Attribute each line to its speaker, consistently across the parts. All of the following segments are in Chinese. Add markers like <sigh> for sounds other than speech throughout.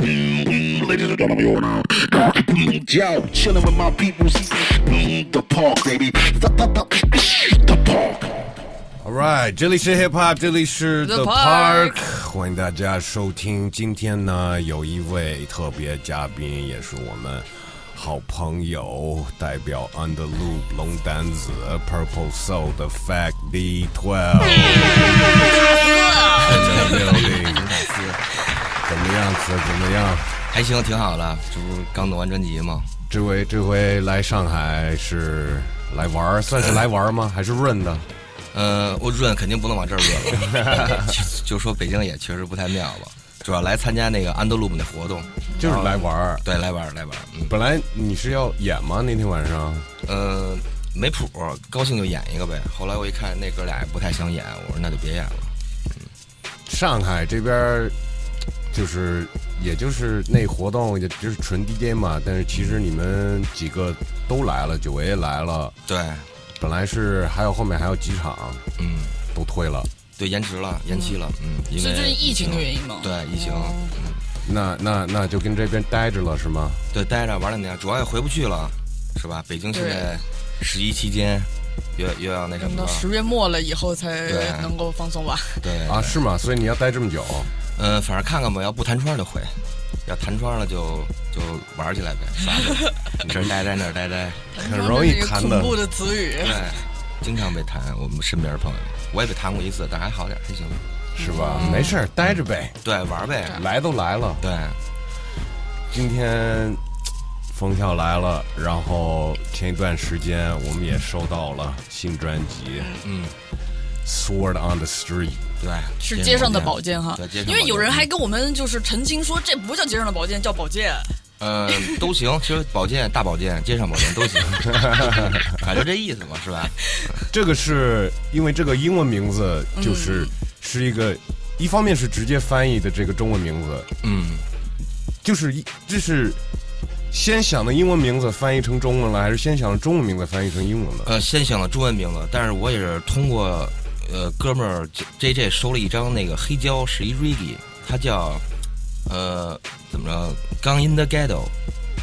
Speaker 1: Ladies and gentlemen, you're now Joe, chilling with my people. The park, baby. The, the, the, the park.
Speaker 2: All right，这里是 Hip Hop，这里是
Speaker 3: The
Speaker 2: Park，欢迎大家收听。今天呢，有一位特别嘉宾，也是我们好朋友，代表 Underloop 龙丹子 Purple Soul 的 Fact D Twelve。怎么样子？怎么样？
Speaker 4: 还行，挺好的。这不是刚弄完专辑吗？
Speaker 2: 这回这回来上海是来玩儿，算是来玩儿吗？还是润的？
Speaker 4: 呃，我润肯定不能往这儿润了， <laughs> 就就说北京也确实不太妙吧。主要来参加那个安德鲁姆的活动，
Speaker 2: 就是来玩儿。
Speaker 4: 对，来玩儿来玩儿，嗯，
Speaker 2: 本来你是要演吗？那天晚上？
Speaker 4: 呃，没谱，高兴就演一个呗。后来我一看那哥俩也不太想演，我说那就别演了。
Speaker 2: 上海这边儿就是，也就是那活动，也就是纯 DJ 嘛。但是其实你们几个都来了，九 A 来了，
Speaker 4: 对，
Speaker 2: 本来是还有后面还有几场
Speaker 4: 嗯，
Speaker 2: 都推了。
Speaker 4: 对，延迟了，延期了，嗯，因
Speaker 3: 是
Speaker 4: 为
Speaker 3: 最近疫情的原因吗？
Speaker 4: 对疫情，嗯
Speaker 2: 那那那就跟这边待着了是吗？
Speaker 4: 对，待着玩两天，主要也回不去了，是吧？北京现在十一期间又又要那什
Speaker 3: 等
Speaker 4: 么
Speaker 3: 到
Speaker 4: 了，
Speaker 3: 十月末了以后才
Speaker 4: 对
Speaker 3: 能够放松吧。
Speaker 4: 对
Speaker 2: 啊，是吗？所以你要待这么久？
Speaker 4: 嗯，反正看看吧，要不弹窗就回，要弹窗了就就玩起
Speaker 3: <laughs>
Speaker 4: 来呗，耍起来这儿待待那儿待待，
Speaker 2: 很容易
Speaker 3: 这是
Speaker 2: 弹
Speaker 3: 一个恐
Speaker 2: 的。
Speaker 3: 怖的词语。
Speaker 4: 对，经常被弹，我们身边的朋友，我也被弹过一次，但还好点儿，还行，
Speaker 2: 是吧？
Speaker 4: 嗯
Speaker 2: 没事儿，待着呗，
Speaker 4: 对，玩呗，
Speaker 2: 来都来了。
Speaker 4: 对，
Speaker 2: 今天封校来了，然后前一段时间我们也收到了新专辑，
Speaker 4: 嗯，
Speaker 2: Sword on the Street，
Speaker 4: 对，
Speaker 3: 是街上的宝剑哈
Speaker 4: 对，街，上
Speaker 3: 因为有人
Speaker 4: 宝
Speaker 3: 还
Speaker 4: 剑
Speaker 3: 跟我们就是澄清说，这不叫街上的宝剑，叫宝剑。
Speaker 4: 呃 <laughs> 都行，其实宝剑、大宝剑、街上宝剑都
Speaker 3: <laughs>
Speaker 4: 行， <laughs> 反正这意思嘛，是吧？
Speaker 2: 这个是因为这个英文名字就是、是一个，一方面是直接翻译的这个中文名字，
Speaker 4: 嗯，
Speaker 2: 就是一这是先想的英文名字翻译成中文了，还是先想的中文名字翻译成英文了？
Speaker 4: 呃，先想了中文名字，但是我也是通过呃哥们儿 J J 收了一张那个黑胶，是一 Reggae，它叫呃怎么着，Gang in the Ghetto。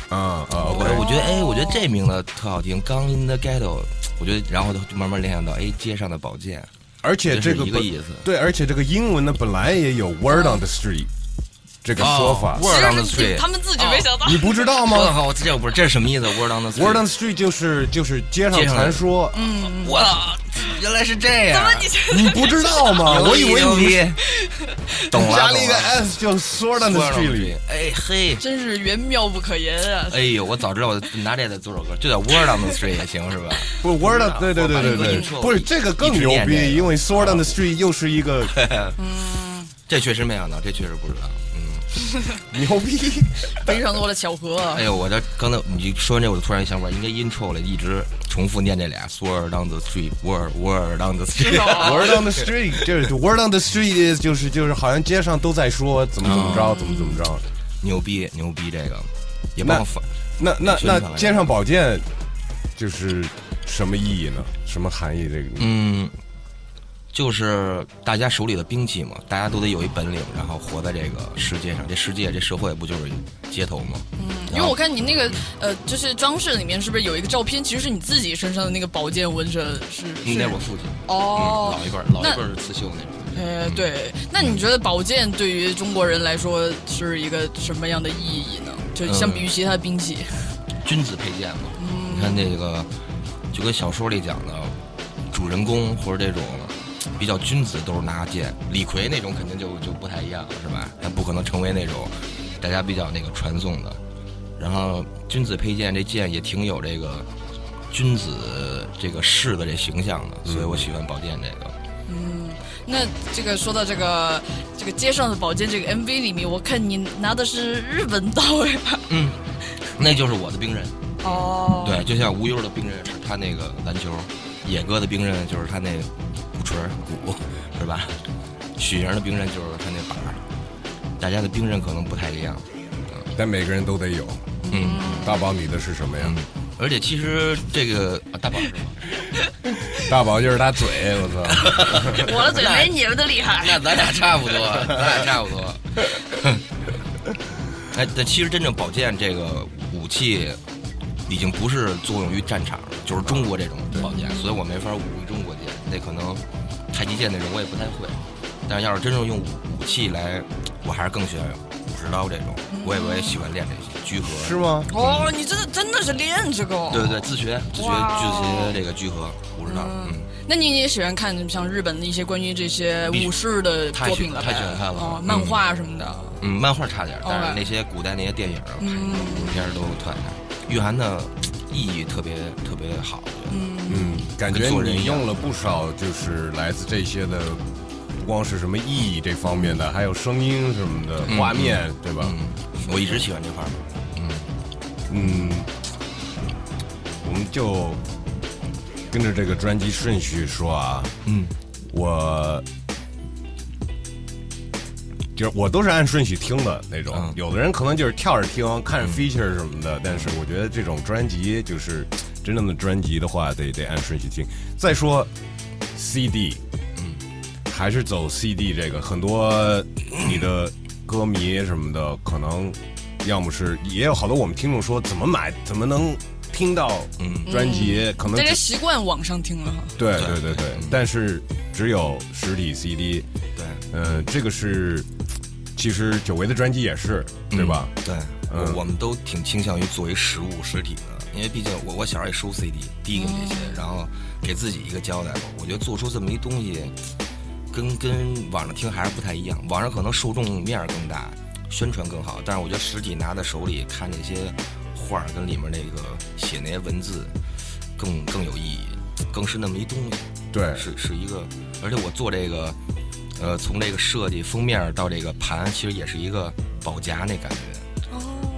Speaker 2: 啊啊
Speaker 4: 我
Speaker 2: ，OK，
Speaker 4: 我觉得哎，我觉得这名字特好听，Gang in the Ghetto。我觉得，然后就慢慢联想到，哎，街上的宝剑，
Speaker 2: 而且这
Speaker 4: 这
Speaker 2: 个
Speaker 4: 是一个
Speaker 2: 本
Speaker 4: 意思
Speaker 2: 对，而且这个英文的本来也有 Word on the Street 这个说法。
Speaker 4: 哦，Word 嗯 on the
Speaker 3: 其实
Speaker 4: street。
Speaker 3: 他们自
Speaker 4: 啊
Speaker 3: 己没想到。
Speaker 2: 你不知道
Speaker 4: 我
Speaker 2: 吗
Speaker 4: 靠，我这不是这是什
Speaker 2: <laughs>
Speaker 4: 么意思？Word on the street。
Speaker 2: 哦？Word on the street 就是就是街上
Speaker 4: 街上的嗯
Speaker 2: 传说，
Speaker 4: 我操， <laughs> 原来是这样。啊
Speaker 3: 那你现在
Speaker 2: 你不知道吗？我以为
Speaker 4: 牛
Speaker 2: 你
Speaker 4: 逼 <laughs> 懂了。
Speaker 2: 加了一个
Speaker 4: 懂了
Speaker 2: s 就 Sword on the
Speaker 4: Word on the
Speaker 2: street 里
Speaker 4: street。哎嘿，
Speaker 3: 真是缘妙不可言啊！
Speaker 4: 哎呦，我早知道我拿这个做首歌，就叫 Word on the Street 也行是吧？
Speaker 2: 不是 Word on，对对对对
Speaker 4: 嗯我把
Speaker 2: 对
Speaker 4: 你说，
Speaker 2: 不是这个更牛
Speaker 4: 一直念这
Speaker 2: 逼，
Speaker 4: 个哦
Speaker 2: 因为 Sword on the Street 又是一
Speaker 4: <laughs>
Speaker 2: 个
Speaker 4: 这确实没想到，这确实不知道。嗯，
Speaker 2: 牛逼。
Speaker 3: 非常多的巧合啊
Speaker 4: 哎，呦，我这刚才你说完这，我就突然想法，应该 intro 了，一直重复念这俩 Word on the Street，Word Word on the
Speaker 3: 是
Speaker 4: Street。
Speaker 3: 吧
Speaker 2: Word on the street 就是 Word on the street is 就是就是好像街上都在说怎么怎么
Speaker 4: 嗯
Speaker 2: 着怎么怎么着。
Speaker 4: <laughs> 牛逼牛逼，这个也帮我反
Speaker 2: 那那
Speaker 4: 宣传来
Speaker 2: 那
Speaker 4: 着
Speaker 2: 街上保健就是什么意义呢？什么含义？这个
Speaker 4: 嗯。就是大家手里的兵器嘛，大家都得有一本领，然后活在这个世界上。这世界，这社会不就是街头吗？
Speaker 3: 嗯因
Speaker 4: 啊
Speaker 3: 为我看你那个呃，就是装饰里面是不是有一个照片，其实是你自己身上的那个宝剑纹身是？
Speaker 4: 嗯
Speaker 3: 是
Speaker 4: 那是我父亲，
Speaker 3: 哦
Speaker 4: 嗯，老一辈儿，老一辈儿是刺绣那种。
Speaker 3: 呃，对，那你觉得宝剑对于中国人来说是一个什么样的意义呢？
Speaker 4: 嗯
Speaker 3: 就相比于其他兵器，
Speaker 4: 君子佩剑嘛。你看这个，就跟小说里讲的，主人公或者这种嗯比较君子都是拿剑，李逵那种肯定就就不太一样了，是吧？他不可能成为那种大家比较那个传颂的。然后君子佩剑这剑也挺有这个君子这个士的这形象的，所以我喜欢宝剑这个。
Speaker 3: 那这个说到这个这个街上的宝剑这个 MV 里面，我看你拿的是日本刀哎吧？
Speaker 4: 嗯，那就是我的兵刃。
Speaker 3: 哦，
Speaker 4: 对，就像无忧的兵刃是他那个篮球，野哥的兵刃就是他那鼓槌儿鼓，是吧？许莹的兵刃就是他那把儿。大家的兵刃可能不太一样，
Speaker 2: 但每个人都得有。
Speaker 4: 嗯
Speaker 2: 大宝，你的是什么呀？
Speaker 4: 而且其实这个、啊、大宝是吧
Speaker 2: 大宝就是他嘴，我
Speaker 4: <laughs>
Speaker 2: 操！
Speaker 3: 我的嘴没你们的厉害。
Speaker 4: 那咱俩差不多，咱俩差不多。 <laughs> 哎，但其实真正宝剑这个武器，已经不是作用于战场了，就是中国这种宝剑，所以我没法武力中国剑。那可能太极剑那种我也不太会，但是要是真正用武武器来，我还是更喜欢武士刀这种。我也我也喜欢练这些居合，
Speaker 5: 嗯是吗？
Speaker 3: 哦，你真的真的是练这个、哦？
Speaker 4: 对对对，自学自学
Speaker 3: 哇
Speaker 4: 自
Speaker 3: 哦
Speaker 4: 学这个居合武士刀，嗯。
Speaker 3: 那你也喜欢看像日本的一些关于这些武士的作品了呗？
Speaker 4: 太喜欢看了
Speaker 3: 哦
Speaker 4: 嗯
Speaker 3: 漫画什么的。
Speaker 4: 嗯，漫画差点儿，但
Speaker 3: OK
Speaker 4: 是那些古代那些电影儿、拍的影片儿都特爱看。蕴含的意义特别特别好，我觉得。
Speaker 2: 嗯，感觉
Speaker 4: 跟做人
Speaker 2: 你
Speaker 4: 一样
Speaker 2: 用了不少，就是来自这些的，不光是什么意义这方面的，还有声音什么的，画面，对吧？
Speaker 4: 嗯，我一直喜欢这块儿。嗯，
Speaker 2: 嗯，我们就跟着这个专辑顺序说啊。
Speaker 4: 嗯，
Speaker 2: 我就是我都是按顺序听的那种，
Speaker 4: 嗯
Speaker 2: 有的人可能就是跳着听，看着 feature 什么的，但是我觉得这种专辑就是真正的专辑的话，得得按顺序听。再说 CD，还
Speaker 4: 嗯
Speaker 2: 是走 CD 这个，很
Speaker 4: <clears throat>
Speaker 2: 多你的歌迷什么的，可能要么是也有好多我们听众说怎么买，怎么能听到
Speaker 4: 嗯
Speaker 2: 专辑，可能
Speaker 3: 大
Speaker 2: 只
Speaker 3: 家习惯网上听了哈，
Speaker 2: 对
Speaker 4: 对
Speaker 2: 对对对
Speaker 4: 嗯，
Speaker 2: 但是只有实体 CD，
Speaker 4: 对
Speaker 2: 呃，这个是其实久违的专辑也是，对吧？
Speaker 4: 对，
Speaker 2: 嗯
Speaker 4: 我我们都挺倾向于作为实物实体的，因为毕竟我我小时候也收 CD，第一个这些，然后给自己一个交代吧。我觉得做出这么一东西，跟跟网上听还是不太一样，网上可能受众面儿更大，宣传更好，但是我觉得实体拿在手里看那些画儿跟里面那个写那些文字更更有意义，更是那么一东西。
Speaker 2: 对，
Speaker 4: 嗯是是一个，而且我做这个，呃，从这个设计封面到这个盘，其实也是一个保夹那感觉，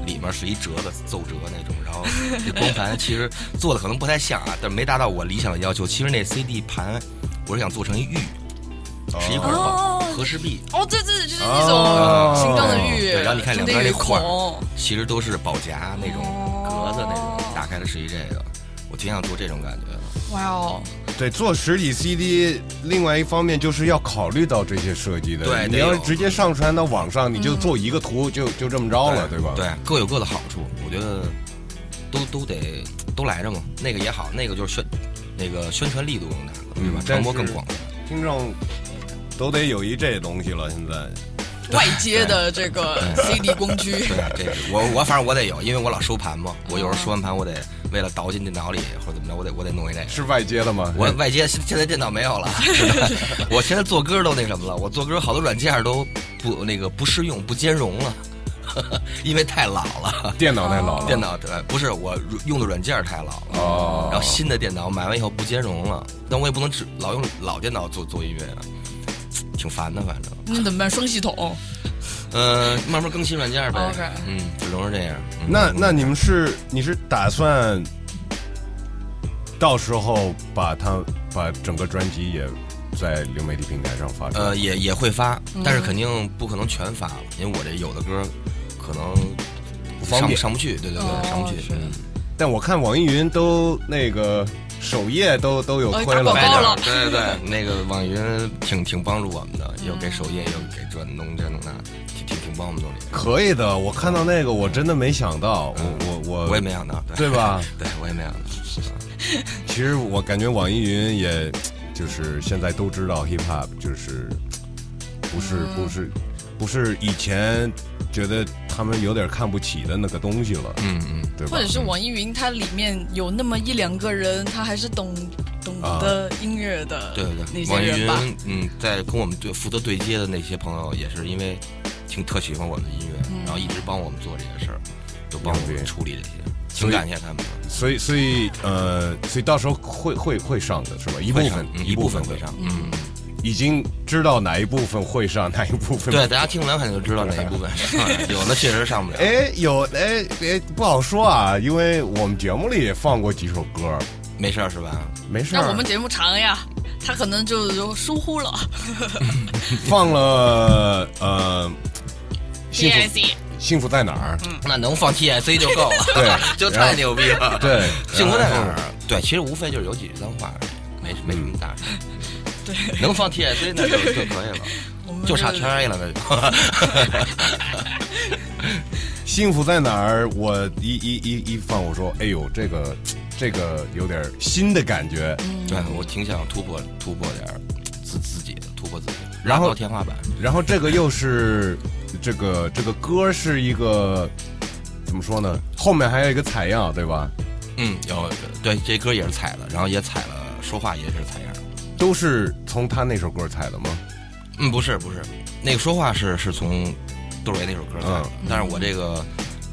Speaker 4: 里面是一折子奏折那种，然后这光盘其实做的可能不太像啊，但没达到我理想的要求。其实那 CD 盘，我是想做成一玉，是一块宝
Speaker 3: 哦
Speaker 4: 和氏璧，
Speaker 3: 哦，对对，对就是那
Speaker 2: 哦
Speaker 3: 种形状的玉，
Speaker 4: 对，然后你看
Speaker 3: 中间
Speaker 4: 两边
Speaker 3: 有
Speaker 4: 那
Speaker 3: 一孔
Speaker 4: 块儿，其实都是保夹那种格子那种，打开的是一这个，我挺想做这种感觉的。
Speaker 3: 哇哦，
Speaker 2: 对，做实体 CD，另外一方面就是要考虑到这些设计的，
Speaker 4: 对
Speaker 2: 你
Speaker 4: 得
Speaker 2: 要
Speaker 4: 有嗯
Speaker 2: 是直接上传到网上，你就做一个图，就就这么着了，对吧？
Speaker 4: 对，各有各的好处，我觉得都都得都来着嘛。那个也好，那个就是宣那个宣传力度更大了，对吧
Speaker 2: 嗯？
Speaker 4: 传播
Speaker 2: 但
Speaker 4: 更
Speaker 2: 是
Speaker 4: 广了。
Speaker 2: 听众都得有一这东西了，现在。
Speaker 3: <laughs> 外接的这个 <laughs> CD 工具，
Speaker 4: 对，这是我我反正我得有，因为我老收盘嘛，我有时候收完盘，我得为了倒进电脑里或者怎么着，我得我得弄一这个。
Speaker 2: 是外接的吗？
Speaker 4: 我外接现现在电脑没有了， <laughs> 是吧我现在做歌都那什么了，我做歌好多软件都不那个不适用、不兼容了， <laughs> 因为太老了。
Speaker 2: 电脑太老了，
Speaker 4: 电脑呃不是我用的软件太老了，
Speaker 2: 哦
Speaker 4: 然后新的电脑买完以后不兼容了，但我也不能只老用老电脑做做音乐啊，挺烦的，反正，
Speaker 3: 那怎么办？双系
Speaker 4: 啊
Speaker 3: 统，
Speaker 4: 呃，慢慢更新软件呗
Speaker 3: 哦 OK
Speaker 4: 嗯，只能是这样。嗯
Speaker 2: 那那你们是你是打算到时候把它把整个专辑也在流媒体平台上发出？
Speaker 4: 呃也也会发，
Speaker 3: 嗯
Speaker 4: 但是肯定不可能全发了，因为我这有的歌可能
Speaker 2: 不方
Speaker 4: 上
Speaker 2: 便
Speaker 4: 上不去，对对
Speaker 3: 哦
Speaker 4: 对，上不去。
Speaker 3: 是
Speaker 4: 嗯
Speaker 2: 但我看网易云都那个首页都都有
Speaker 3: 呃
Speaker 2: 推
Speaker 3: 打
Speaker 2: 了，
Speaker 3: 广告
Speaker 4: 白点
Speaker 3: 了
Speaker 4: 儿对对
Speaker 3: <laughs>
Speaker 4: 对，那个网易云挺挺帮助我们
Speaker 3: 嗯
Speaker 4: 的，又给首页，又给转弄这弄那，挺挺挺帮我们弄这。
Speaker 2: 可以的。我看到那个，我真的没想到，我我我
Speaker 4: 嗯我也没想到，对
Speaker 2: 对吧？
Speaker 4: <laughs> 对，我也没想到。
Speaker 2: 其实我感觉网易云也，就是现在都知道 hip hop 就是不是
Speaker 3: 嗯
Speaker 2: 不是不是以前觉得他们有点看不起的那个东西了，
Speaker 4: 嗯嗯。
Speaker 2: 对吧？
Speaker 3: 或者是网易云，它里面有那么一两个人，他还是懂懂
Speaker 2: 啊
Speaker 3: 得音乐的，
Speaker 4: 对对
Speaker 3: 那
Speaker 4: 对，
Speaker 3: 些
Speaker 4: 网易
Speaker 3: 人吧。
Speaker 4: 云，嗯，在跟我们对负责对接的那些朋友，也是因为挺特喜欢我们的音乐，
Speaker 3: 嗯
Speaker 4: 然后一直帮我们做这些事儿，都帮我
Speaker 2: 牛逼
Speaker 4: 们处理这些，
Speaker 2: 所
Speaker 4: 挺
Speaker 2: 以
Speaker 4: 感谢他们的。
Speaker 2: 所以所以呃，所以到时候会会会上的是吧？一部
Speaker 4: 会
Speaker 2: 分
Speaker 4: 上嗯一
Speaker 2: 部
Speaker 4: 部分
Speaker 2: 的
Speaker 4: 会上，嗯，
Speaker 2: 已经知道哪一部分会上， <laughs> 哪一部分
Speaker 4: 对，大家听完肯定就知道哪一
Speaker 2: <laughs>
Speaker 4: 部分上来了，有的确实上不了。
Speaker 2: 哎，有哎哎，不好说啊，因为我们节目里也放过几首歌，
Speaker 4: 没事儿是吧？
Speaker 2: 没事儿。
Speaker 3: 那我们节目长呀，他可能就就疏忽
Speaker 4: <laughs>
Speaker 3: 了。
Speaker 2: 放了呃，幸
Speaker 3: T I
Speaker 2: 福
Speaker 4: <laughs>
Speaker 3: C，嗯
Speaker 2: 幸福在哪儿？
Speaker 4: 那能放 TIC 就够了，
Speaker 2: 对
Speaker 4: 就太牛逼了。
Speaker 2: 对
Speaker 4: <laughs>
Speaker 2: 呃
Speaker 4: 幸福在哪儿？啊对，其实无非就是有几句脏话而已，没没什
Speaker 2: 嗯
Speaker 4: 么大事。
Speaker 3: 对，
Speaker 4: 能放 TIC 那就就可以了，
Speaker 3: 我们 <laughs>
Speaker 4: 就差圈 A 了那就。
Speaker 2: 幸福在哪儿？我一一一一放，我说，哎呦，这个这个有点新的感觉。
Speaker 4: 对，我挺想突破突破点儿自自己的，突破自己，
Speaker 2: 然后
Speaker 4: 拉到天花板。
Speaker 2: 然后这个又是这个这个歌是一个怎么说呢？后面还有一个采样，对吧？
Speaker 4: 嗯，有对这歌也是采的，然后也采了说话也是采样。
Speaker 2: 都是从他那首歌采的吗？
Speaker 4: 嗯，不是不是，那个说话是是从窦唯那首歌
Speaker 2: 嗯
Speaker 4: 采的，但是我这个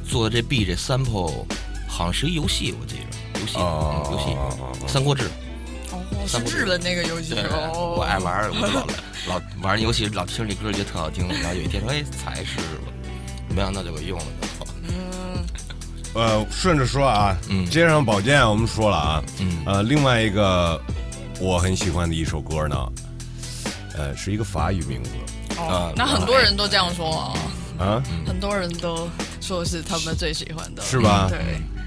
Speaker 4: 做的这 B 这 sample 好像是一游戏，我记着游戏、
Speaker 2: 哦
Speaker 4: 嗯游戏、
Speaker 2: 哦哦哦
Speaker 4: 三国志》
Speaker 3: 哦，是日本那个游戏
Speaker 4: 对，
Speaker 3: 哦，
Speaker 4: 我爱玩儿，我就老
Speaker 2: <laughs>
Speaker 4: 老玩儿游戏，老听这歌觉得特好听。然后有一天说，哎，才是，没想到就给用了。
Speaker 2: 呃，顺着说啊，
Speaker 4: 嗯
Speaker 2: 街上宝剑我们说了啊，
Speaker 4: 嗯
Speaker 2: 呃，另外一个我很喜欢的一首歌呢，呃，是一个法语名字
Speaker 3: 哦
Speaker 4: 啊
Speaker 3: 那很多人都这样说啊，
Speaker 2: 啊，
Speaker 4: 嗯
Speaker 3: 很多人都说是他们最喜欢的，
Speaker 2: 是吧？
Speaker 3: 对，。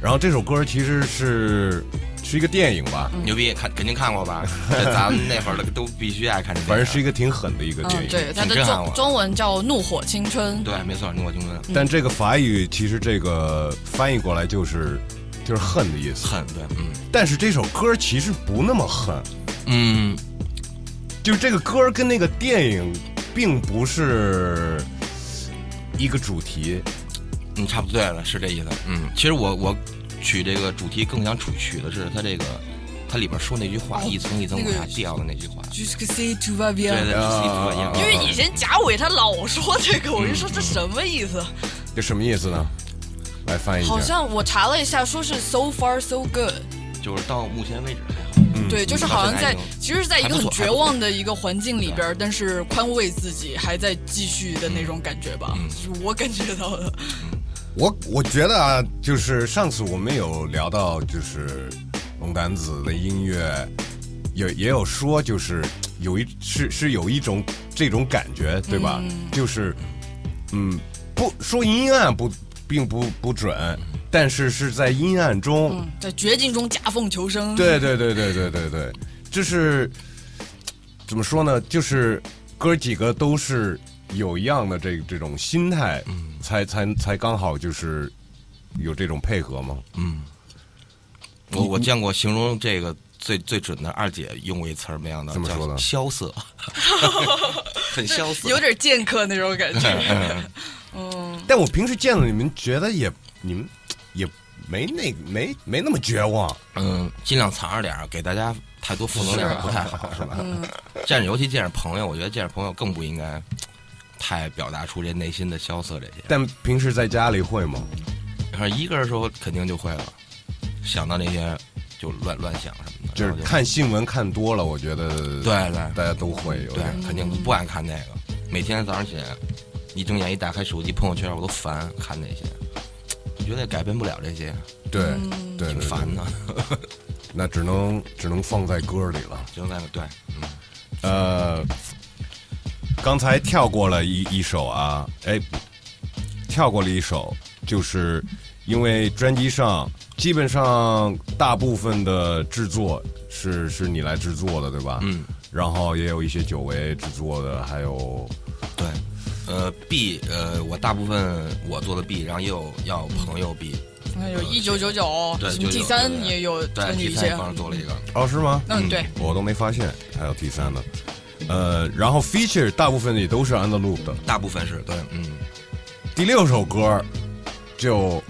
Speaker 2: 然后这首歌其实是是一个电影吧，
Speaker 4: 牛逼，看肯定看
Speaker 2: <laughs>
Speaker 4: 过吧？这咱们那会儿都必须爱看这。
Speaker 2: 反正是一个挺狠的一个电
Speaker 3: 嗯，
Speaker 2: 影。
Speaker 3: 对，它的
Speaker 4: 挺震撼
Speaker 3: 中
Speaker 4: 我
Speaker 3: 中文叫《怒火青春》，
Speaker 4: 对，没错，怒火青春，
Speaker 2: 但这个法语其实这个翻译过来就是就是恨的意思。
Speaker 4: 狠，对，嗯
Speaker 2: 但是这首歌其实不那么恨，
Speaker 4: 嗯，
Speaker 2: 就是这个歌跟那个电影并不是一个主题。
Speaker 4: 嗯，差不多对了，是这意思。嗯，其实我我取这个主题更想取取的是他这个，它里边说那句话，一层一层往下掉的那句话。
Speaker 3: Jusque c'est tout va
Speaker 4: 对
Speaker 3: bien
Speaker 4: 对，就是一模一样
Speaker 3: 因为以前贾伟他老说这个，我就说这什么意思？
Speaker 4: 嗯
Speaker 2: 这什么意思呢？来翻译一下。
Speaker 3: 好像我查了一下，说是 so far so good，
Speaker 4: 就是到目前为止还好。
Speaker 2: 嗯
Speaker 3: 对，就是好像在
Speaker 4: 好像嗯还，行
Speaker 3: 其实是在一个
Speaker 4: 还
Speaker 3: 很
Speaker 4: 不错
Speaker 3: 绝望的一个环境里边，但是宽慰自己，还在继续的那种感觉吧，
Speaker 4: 嗯
Speaker 3: 就是我感觉到的。
Speaker 2: 我我觉得啊，就是上次我们有聊到，就是龙丹子的音乐，也也有说，就是有一是是有一种这种感觉，对吧？就是嗯，不说阴暗不，并不不准，但是是在阴暗中，
Speaker 3: 嗯，在绝境中夹缝求生。
Speaker 2: 对对对对对对对，就是怎么说呢？就是哥几个都是有一样的这这种心态，才才才刚好就是有这种配合嘛。
Speaker 4: 我我见过形容这个最最准的二姐用过一词儿，没想到
Speaker 2: 怎么说的
Speaker 4: 叫萧 <laughs> 瑟，很萧瑟，
Speaker 3: 有点剑客那种感
Speaker 4: <laughs>
Speaker 3: 觉，嗯
Speaker 2: 但我平时见了你们，觉得也你们也没那没没那么绝望。
Speaker 4: 嗯，尽量藏着点儿，给大家太多负能量不太好，是吧？ <laughs> 见着尤其见着朋友，我觉得见着朋友更不应该太表达出这内心的萧瑟这些。
Speaker 2: 但平时在家里会吗？
Speaker 4: 然后一个人的时候肯定就会了，想到那些就乱乱想什么的，
Speaker 2: 就是
Speaker 4: 然后
Speaker 2: 看新闻看多了，我觉得
Speaker 4: 对对
Speaker 2: 大家都会有
Speaker 4: 对
Speaker 2: 点，
Speaker 4: 肯定不爱看那个。每天早上起来，一睁眼一打开手机朋友圈，我都烦看那些，我觉得改变不了这些，
Speaker 2: 对对对
Speaker 4: 挺
Speaker 2: 对
Speaker 4: 烦的。
Speaker 2: 那只能只能放在歌里了。
Speaker 4: 就那个对，嗯，
Speaker 2: 呃，刚才跳过了一一首啊，哎，跳过了一首，就是因为专辑上基本上大部分的制作是是你来制作的，对吧？
Speaker 4: 嗯。
Speaker 2: 然后也有一些久违制作的，还有
Speaker 4: 对，呃，B，呃，我大部分我做的 B，然后又要朋友 B，
Speaker 3: 哎
Speaker 4: <laughs>
Speaker 3: 有一九九九，
Speaker 4: 对，
Speaker 3: 什
Speaker 4: 就
Speaker 3: 么
Speaker 4: 有
Speaker 3: T 三
Speaker 4: 对对
Speaker 3: 也有
Speaker 4: 对
Speaker 3: 跟你
Speaker 4: T
Speaker 3: 一
Speaker 4: 三
Speaker 3: 些
Speaker 4: 也，帮着做了一个，
Speaker 2: 哦，是吗？
Speaker 3: 嗯，对，
Speaker 2: 我都没发现，还有 T 三呢。呃，然后 feature 大部分也都是 on the loop 的。
Speaker 4: 大部分是对，嗯，
Speaker 2: 第六首歌就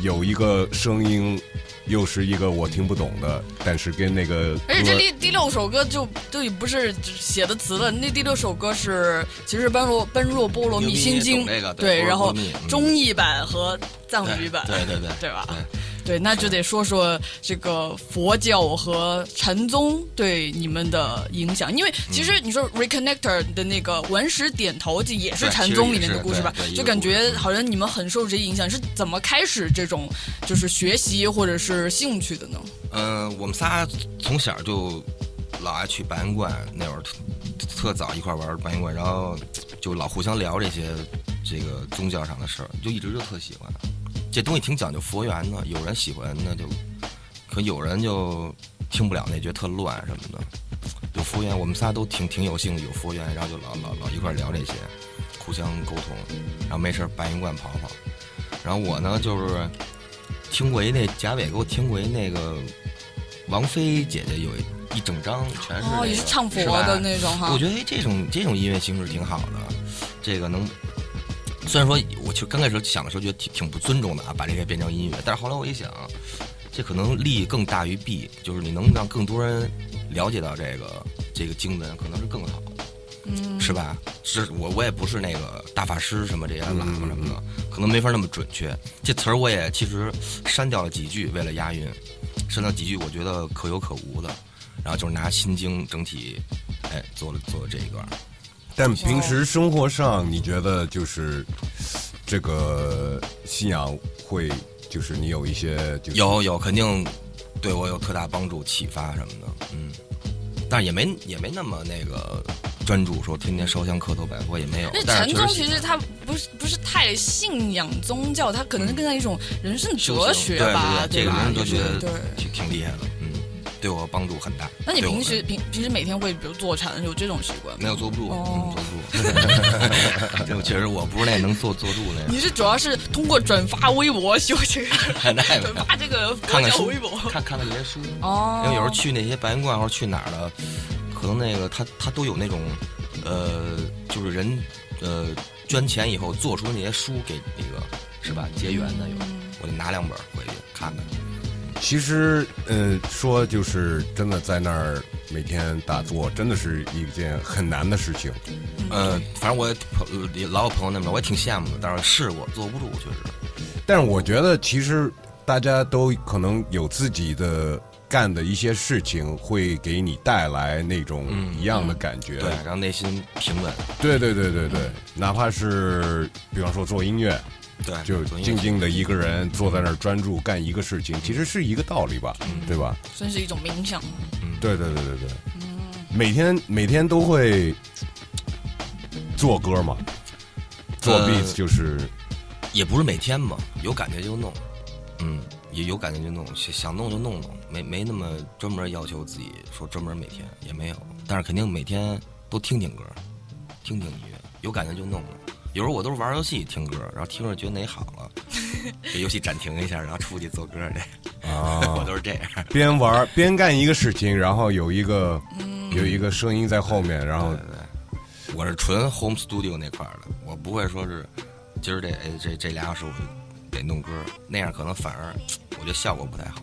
Speaker 2: 有一个声音，又是一个我听不懂的，但是跟那个
Speaker 3: 而且这
Speaker 2: 歌
Speaker 3: 第第六首歌就就也不是写的词了，那第六首歌是其实般若般若波罗蜜心经
Speaker 4: 牛逼懂这个，对
Speaker 3: 对，然
Speaker 4: 般若波
Speaker 3: 后
Speaker 4: 罗蜜嗯
Speaker 3: 中译版和藏语版，
Speaker 4: 对对对
Speaker 3: <laughs> 对吧？
Speaker 4: 对
Speaker 3: 对，那就得说说这个佛教和禅宗对你们的影响，因为其
Speaker 4: 嗯
Speaker 3: 实你说 Reconnector 的那个文石点头记也是
Speaker 4: 对
Speaker 3: 禅
Speaker 4: 其实
Speaker 3: 宗
Speaker 4: 也
Speaker 3: 里面的
Speaker 4: 是
Speaker 3: 故事
Speaker 4: 对
Speaker 3: 吧
Speaker 4: 对一，
Speaker 3: 就
Speaker 4: 个
Speaker 3: 感
Speaker 4: 故事嗯
Speaker 3: 觉好像你们很受这些影响，是怎么开始这种就是学习或者是兴趣的呢？
Speaker 4: 嗯、我们仨从小就老爱去白云观，那会儿特特早一块儿玩白云观，然后就老互相聊这些这个宗教上的事儿，就一直就特喜欢。这东西挺讲究佛缘的，有人喜欢那就，可有人就听不了那，觉得特乱什么的。有佛缘，我们仨都挺挺有兴趣，有佛缘，然后就老老老一块儿聊这些，互相沟通，然后没事儿白云观跑跑。然后我呢就是听过一那贾伟给我听过一那个王菲姐姐有一一整张全是、那个
Speaker 3: 哦，也是唱佛
Speaker 4: 吧
Speaker 3: 的那种哈
Speaker 4: 我。觉得哎，这种这种音乐形式挺好的，这个能。虽然说，我其实刚开始想的时候觉得挺挺不尊重的啊，把这个变成音乐，但是后来我一想，这可能利更大于弊，就是你能让更多人了解到这个这个经文，可能是更好的，
Speaker 3: 嗯，
Speaker 4: 是吧？是我我也不是那个大法师什么这些喇嘛什么的，可能没法那么准确。这词儿我也其实删掉了几句，为了押韵，删掉几句我觉得可有可无的，然后就是拿《心经》整体，哎，做了做了这一段。
Speaker 2: 但平时生活上，你觉得就是这个信仰会，就是你有一些就是
Speaker 4: 有有，肯定对我有特大帮助、启发什么的，嗯，但是也没也没那么那个专注，说天天烧香磕头拜佛也没有
Speaker 3: 那。
Speaker 4: 但
Speaker 3: 禅
Speaker 4: 是确
Speaker 3: 宗
Speaker 4: 实
Speaker 3: 其
Speaker 4: 喜
Speaker 3: 实
Speaker 4: 欢
Speaker 3: 它不是不是太信仰宗教，它可能是更像一种人生
Speaker 4: 嗯修
Speaker 3: 哲
Speaker 4: 行
Speaker 3: 学
Speaker 4: 对
Speaker 3: 吧，
Speaker 4: 对对，这个
Speaker 3: 吧？
Speaker 4: 人哲
Speaker 3: 就是
Speaker 4: 学
Speaker 3: 对。
Speaker 4: 挺挺厉害的，嗯，对我帮助很大。
Speaker 3: 那你
Speaker 4: 对我
Speaker 3: 平
Speaker 4: 的
Speaker 3: 时平平时每天会比如坐禅有这种习惯
Speaker 4: 没
Speaker 3: 吗？
Speaker 4: 有坐不住，
Speaker 3: 哦
Speaker 4: 嗯，坐不住。就 <laughs> 确实我不是那能坐坐住那
Speaker 3: 你是主要是通过转发微博修行，
Speaker 4: 样， <laughs> 那也没
Speaker 3: 转
Speaker 4: 有。
Speaker 3: 发这个佛
Speaker 4: 看看
Speaker 3: 教
Speaker 4: 书
Speaker 3: 微博，
Speaker 4: 看看看别的书，因
Speaker 3: 哦
Speaker 4: 为有时候去那些白云观或者去哪儿的，可能那个他他都有那种，呃，就是人呃捐钱以后做出那些书给那个是吧结缘的有，我就拿两本回去看看。
Speaker 2: 其实，呃，说就是真的在那儿每天打坐，真的是一件很难的事情。
Speaker 4: 呃，反正我也朋呃也老有朋友那么着，我也挺羡慕的，但是试过坐不住，确实。
Speaker 2: 但是我觉得，其实大家都可能有自己的干的一些事情，会给你带来那种一样的感觉。
Speaker 4: 对，然后内心平稳，
Speaker 2: 对对对对对，哪怕是比方说做音乐，
Speaker 4: 对，
Speaker 2: 就
Speaker 4: 做音乐
Speaker 2: 静静的一个人坐在那儿专注干一个事情，其实是一个道理吧，对吧？
Speaker 3: 算是一种冥想。
Speaker 2: 对对对对对，每天每天都会做歌嘛，做
Speaker 4: 呃
Speaker 2: beats 就是
Speaker 4: 也不是每天嘛，有感觉就弄，嗯，也有感觉就弄，想想弄就弄弄，没没那么专门要求自己说专门每天也没有，但是肯定每天都听听歌，听听音乐，有感觉就弄弄。有时候我都是玩游戏听歌，然后听着觉得哪好了，这游戏暂停一下，然后出去做歌去。 <laughs> 我
Speaker 2: 啊，
Speaker 4: 都是这样，
Speaker 2: 边玩儿边干一个事情，然后有一个
Speaker 4: 嗯
Speaker 2: 有一个声音在后面，然后
Speaker 4: 对对，我是纯 home studio 那块儿的，我不会说是今儿这哎这这俩小时我就得弄歌，那样可能反而我觉得效果不太好。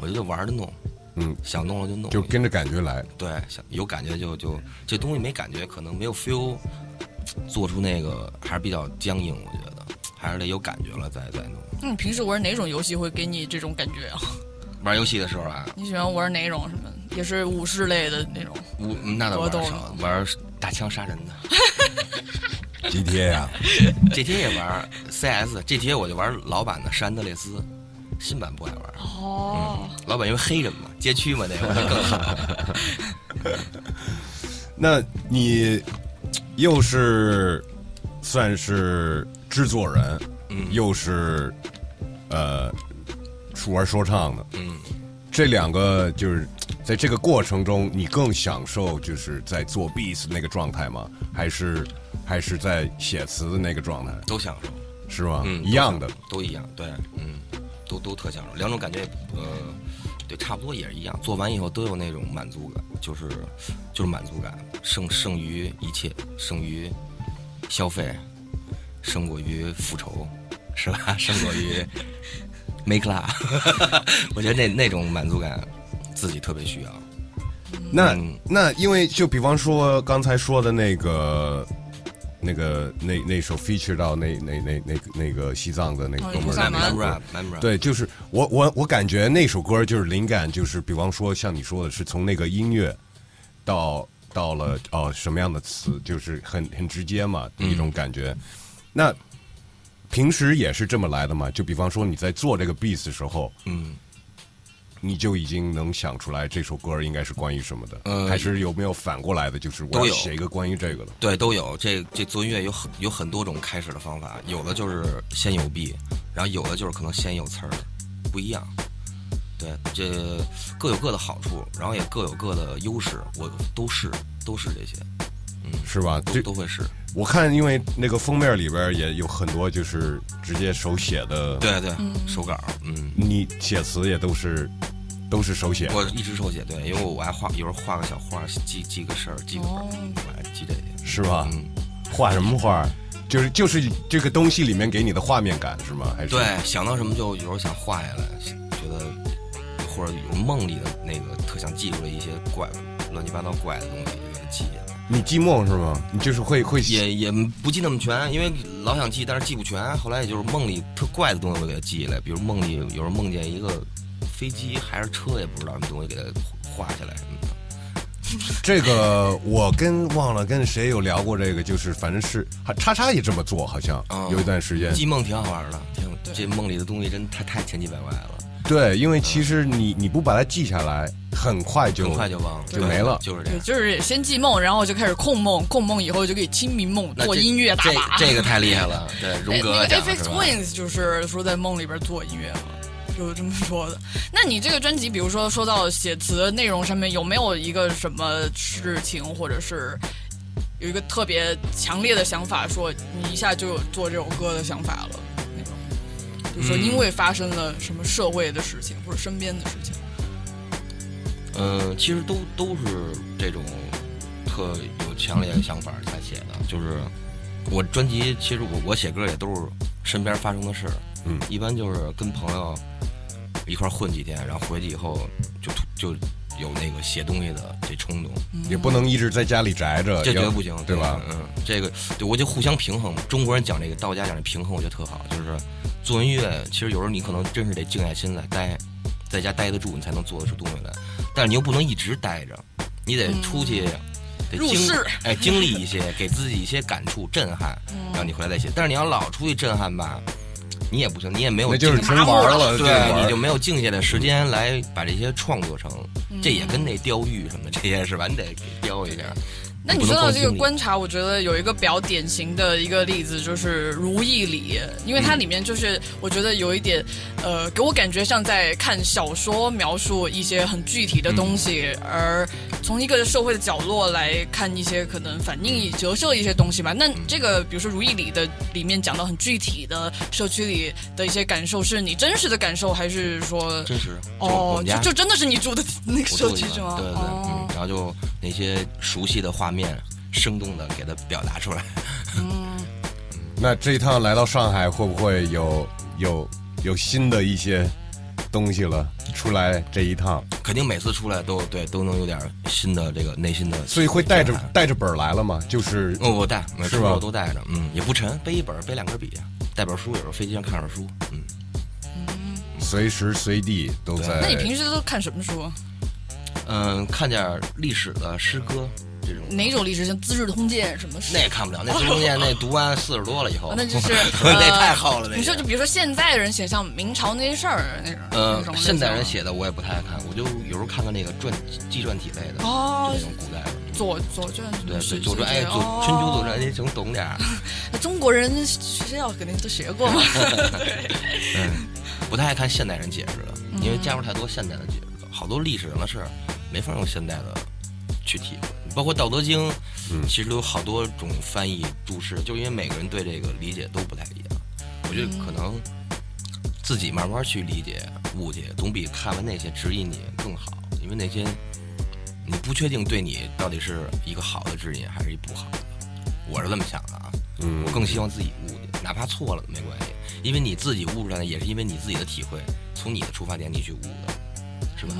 Speaker 4: 我就玩着弄，
Speaker 2: 嗯，
Speaker 4: 想弄了就弄，
Speaker 2: 就跟着感觉来。
Speaker 4: 对，想有感觉就就这东西没感觉，可能没有 feel，做出那个还是比较僵硬，我觉得还是得有感觉了再再弄。
Speaker 3: 那你平时玩哪种游戏会给你这种感觉啊？
Speaker 4: 玩游戏的时候啊，
Speaker 3: 你喜欢玩哪种什么？也是武士类的那种？
Speaker 4: 我那倒
Speaker 3: 我
Speaker 4: 玩
Speaker 3: 懂
Speaker 4: 得少，玩打枪杀人的
Speaker 2: GTA 呀、
Speaker 4: ，GTA 也玩，CS，GTA 我就玩老版的山德列斯，新版不爱玩。
Speaker 3: 哦，
Speaker 4: 老板因为黑人嘛，街区嘛，那个更好。
Speaker 2: 那你又是算是制作人，
Speaker 4: 嗯
Speaker 2: 又是呃是玩说唱的，
Speaker 4: 嗯，
Speaker 2: 这两个就是在这个过程中，你更享受就是在做 beats 那个状态吗？还是还是在写词的那个状态
Speaker 4: 都享受，
Speaker 2: 是吗？
Speaker 4: 嗯，
Speaker 2: 一样的。
Speaker 4: 都一样，对，嗯，都都特享受，两种感觉也不，呃，对，差不多也是一样。做完以后都有那种满足感，就是就是满足感，胜胜于一切，胜于消费，胜过于复仇，是吧？ <laughs> 胜过于 make love，我觉得那那种满足感自己特别需要。
Speaker 2: 那
Speaker 4: 嗯
Speaker 2: 那因为就比方说刚才说的那个。那个那那首 feature 到那那那那那个西藏的那个
Speaker 3: 哦
Speaker 2: 哥们
Speaker 3: 西
Speaker 2: 儿
Speaker 3: 藏
Speaker 2: 那
Speaker 3: 男
Speaker 2: 个
Speaker 4: rap rap，
Speaker 2: 对，就是我我我感觉那首歌就是灵感，就是比方说像你说的，是从那个音乐到到了哦什么样的词，就是很很直接嘛一种感觉。那平时也是这么来的嘛？就比方说你在做这个 beat 的时候，
Speaker 4: 嗯。
Speaker 2: 你就已经能想出来这首歌应该是关于什么的，
Speaker 4: 呃
Speaker 2: 还是有没有反过来的？就是我
Speaker 4: 都
Speaker 2: 要
Speaker 4: 有
Speaker 2: 写一个关于这个的。
Speaker 4: 对，都有。这这做音乐有很有很多种开始的方法，有的就是先有 B，然后有的就是可能先有词儿，不一样。对，这各有各的好处，然后也各有各的优势，我都是都是这些。
Speaker 2: 是吧？
Speaker 4: 嗯都
Speaker 2: 这
Speaker 4: 都会是。
Speaker 2: 我看，因为那个封面里边也有很多就是直接手写的，
Speaker 4: 对对，手稿，嗯，
Speaker 2: 你写词也都是都是手写。
Speaker 4: 我一直手写，对，因为我还画，有时候画个小画，记记个事儿，记个本儿，我还记这些。
Speaker 2: 是吧？
Speaker 4: 嗯
Speaker 2: 画什么画？就是就是这个东西里面给你的画面感是吗？还是
Speaker 4: 对，想到什么就有时候想画下来，觉得或者有梦里的那个特想记住的一些怪乱七八糟怪的东西，就给它记下来。
Speaker 2: 你记梦是吗？你就是会会写
Speaker 4: 也也不记那么全，因为老想记，但是记不全。后来也就是梦里特怪的东西，我给它记下来，比如梦里有时候梦见一个飞机还是车，也不知道什么东西，给它画下来什么的。
Speaker 2: 这个，我跟忘了跟谁有聊过这个，就是反正是还叉叉也这么做，好像、
Speaker 4: 哦
Speaker 2: 有一段时间。
Speaker 4: 记梦挺好玩的，挺这梦里的东西真太太千奇百怪了，
Speaker 2: 对，因为其实你你不把它记下来，很快就
Speaker 4: 很快就忘了，
Speaker 2: 就
Speaker 4: 对
Speaker 2: 没了
Speaker 4: 就是这
Speaker 3: 对，
Speaker 4: 啊样。
Speaker 3: 就是先记梦，然后就开始控梦，控梦以后就可以清明梦，
Speaker 4: 那
Speaker 3: 做
Speaker 4: 这
Speaker 3: 音乐大把。
Speaker 4: 这这个太厉害了，对，荣
Speaker 3: 哎
Speaker 4: 格
Speaker 3: 那
Speaker 4: 讲
Speaker 3: 个 FX
Speaker 4: 的是吧？
Speaker 3: Twins 就是说在梦里边做音乐嘛，有这么说的。那你这个专辑，比如说说到写词内容上面，有没有一个什么事情，或者是有一个特别强烈的想法，说你一下就有做这首歌的想法了那种？比
Speaker 4: 嗯
Speaker 3: 如说因为发生了什么社会的事情，或者身边的事情，
Speaker 4: 嗯，其实都都是这种特有强烈的想法才写的，就是我专辑，其实我我写歌也都是身边发生的事，
Speaker 2: 嗯，
Speaker 4: 一般就是跟朋友一块儿混几天，然后回去以后就突就有那个写东西的这冲动，
Speaker 3: 嗯
Speaker 2: 也不能一直在家里宅着，
Speaker 4: 这绝
Speaker 2: 要
Speaker 4: 对不行，
Speaker 2: 对吧？
Speaker 4: 嗯，这个对我就互相平衡嘛。中国人讲这个，道家讲这平衡，我觉得特好。就是做音乐，其实有时候你可能真是得静下心来待，在家待得住，你才能做得出东西来。但是你又不能一直待着，你得出去，得
Speaker 3: 嗯入
Speaker 4: 经
Speaker 3: 世
Speaker 4: 哎经历一些，给自己一些感触、震撼，
Speaker 3: 嗯
Speaker 4: 然后你回来再写。但是你要老出去震撼吧，你也不行，你也没有
Speaker 2: 那就是
Speaker 4: 静
Speaker 2: 纯玩了，就是玩
Speaker 4: 对，你就没有静下来时
Speaker 2: 嗯
Speaker 4: 间来把这些创作成。
Speaker 3: 嗯
Speaker 4: 这也跟那雕玉什么的这些是吧？你得给雕一下。
Speaker 3: 那你说到这个观察，我觉得有一个比较典型的一个例子就是《如意里》，因为
Speaker 4: 嗯
Speaker 3: 它里面就是我觉得有一点，呃，给我感觉像在看小说，描述一些很具体的东西，
Speaker 4: 嗯
Speaker 3: 而从一个社会的角落来看一些可能反映、折射一些东西吧。
Speaker 4: 嗯
Speaker 3: 那这个比如说《如意里》的里面讲到很具体的社区里的一些感受，是你真实的感受，还是说
Speaker 4: 真实
Speaker 3: 哦，
Speaker 4: 就
Speaker 3: 就就真的是你住的 <laughs> 那个社
Speaker 4: 我住的
Speaker 3: 区
Speaker 4: 地
Speaker 3: 是
Speaker 4: 方
Speaker 3: 吗？
Speaker 4: 对对对，
Speaker 3: 哦
Speaker 4: 嗯，然后就那些熟悉的画面，生动的给它表达出来。 <laughs>
Speaker 2: 那这一趟来到上海，会不会有有有新的一些东西了？出来这一趟，
Speaker 4: 肯定每次出来都对都能有点新的这个内心的，
Speaker 2: 所以会带着
Speaker 4: 震撼
Speaker 2: 带着本儿来了吗？就是
Speaker 4: 嗯，我带每
Speaker 2: 是
Speaker 4: 次
Speaker 2: 吧
Speaker 4: 我都带着，嗯，也不沉，背一本，背两根笔，啊带本书，有时候飞机上看本书，嗯，
Speaker 2: 随时随地都在。
Speaker 3: 那你平时都看什么书？啊
Speaker 4: 嗯，看点历史的诗歌这种，
Speaker 3: 哪种历史？像《资治通鉴》什么？
Speaker 4: 那也看不了，那中间那读完四十多了以后
Speaker 3: 啊，那就是
Speaker 4: <laughs> 那
Speaker 3: 呃
Speaker 4: 太厚了，那
Speaker 3: 你说，
Speaker 4: 个
Speaker 3: 就比如说现在的人写像明朝那些事儿啊那种，
Speaker 4: 呃
Speaker 3: 那种，类型
Speaker 4: 现代人写的我也不太爱看，我就有时候看看那个传纪传体类的，
Speaker 3: 哦
Speaker 4: 就那种古代的。
Speaker 3: 左左传什
Speaker 4: 对
Speaker 3: 么
Speaker 4: 对，
Speaker 3: 史
Speaker 4: 左
Speaker 3: 记
Speaker 4: 传哎，
Speaker 3: 这
Speaker 4: 左
Speaker 3: 哦
Speaker 4: 春秋左传，你总懂点儿，
Speaker 3: 那中国人学校肯定都学
Speaker 4: <laughs>
Speaker 3: 过嘛。
Speaker 4: 不太爱看现代人解释的，因为加入太多现代的解释了，好多历史上的事儿没法用现代的去体会，包括《道德经》，其实有好多种翻译注释，就因为每个人对这个理解都不太一样，我觉得可能自己慢慢去理解、误解，总比看完那些指引你更好，因为那些你不确定对你到底是一个好的指引还是一不好的，我是这么想的啊。
Speaker 2: 嗯
Speaker 4: 我，更希望自己悟的，哪怕错了都没关系，因为你自己悟出来的也是因为你自己的体会，从你的出发点你去悟的，是吧？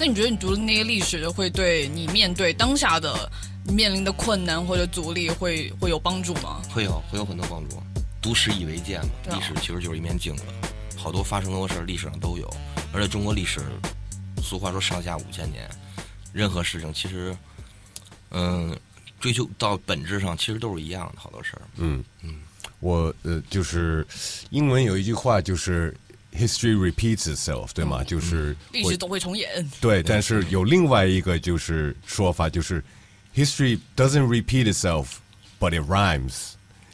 Speaker 3: 那你觉得你读的那些历史会对你面对当下的面临的困难或者阻力会会有帮助吗？
Speaker 4: 会有会有很多帮助，读史以为鉴嘛，
Speaker 3: 对啊
Speaker 4: 历史其实就是一面镜子，好多发生过的事儿历史上都有，而且中国历史，俗话说上下五千年，任何事情其实，嗯，追究到本质上其实都是一样的，好多事儿，
Speaker 2: 我呃，就是英文有一句话就是 “history repeats itself”，对吗？就是
Speaker 3: 历
Speaker 2: 会
Speaker 3: 史总会重演。
Speaker 2: 对，但是有另外一个就是说法，就是 “history doesn't repeat itself，but it rhymes”，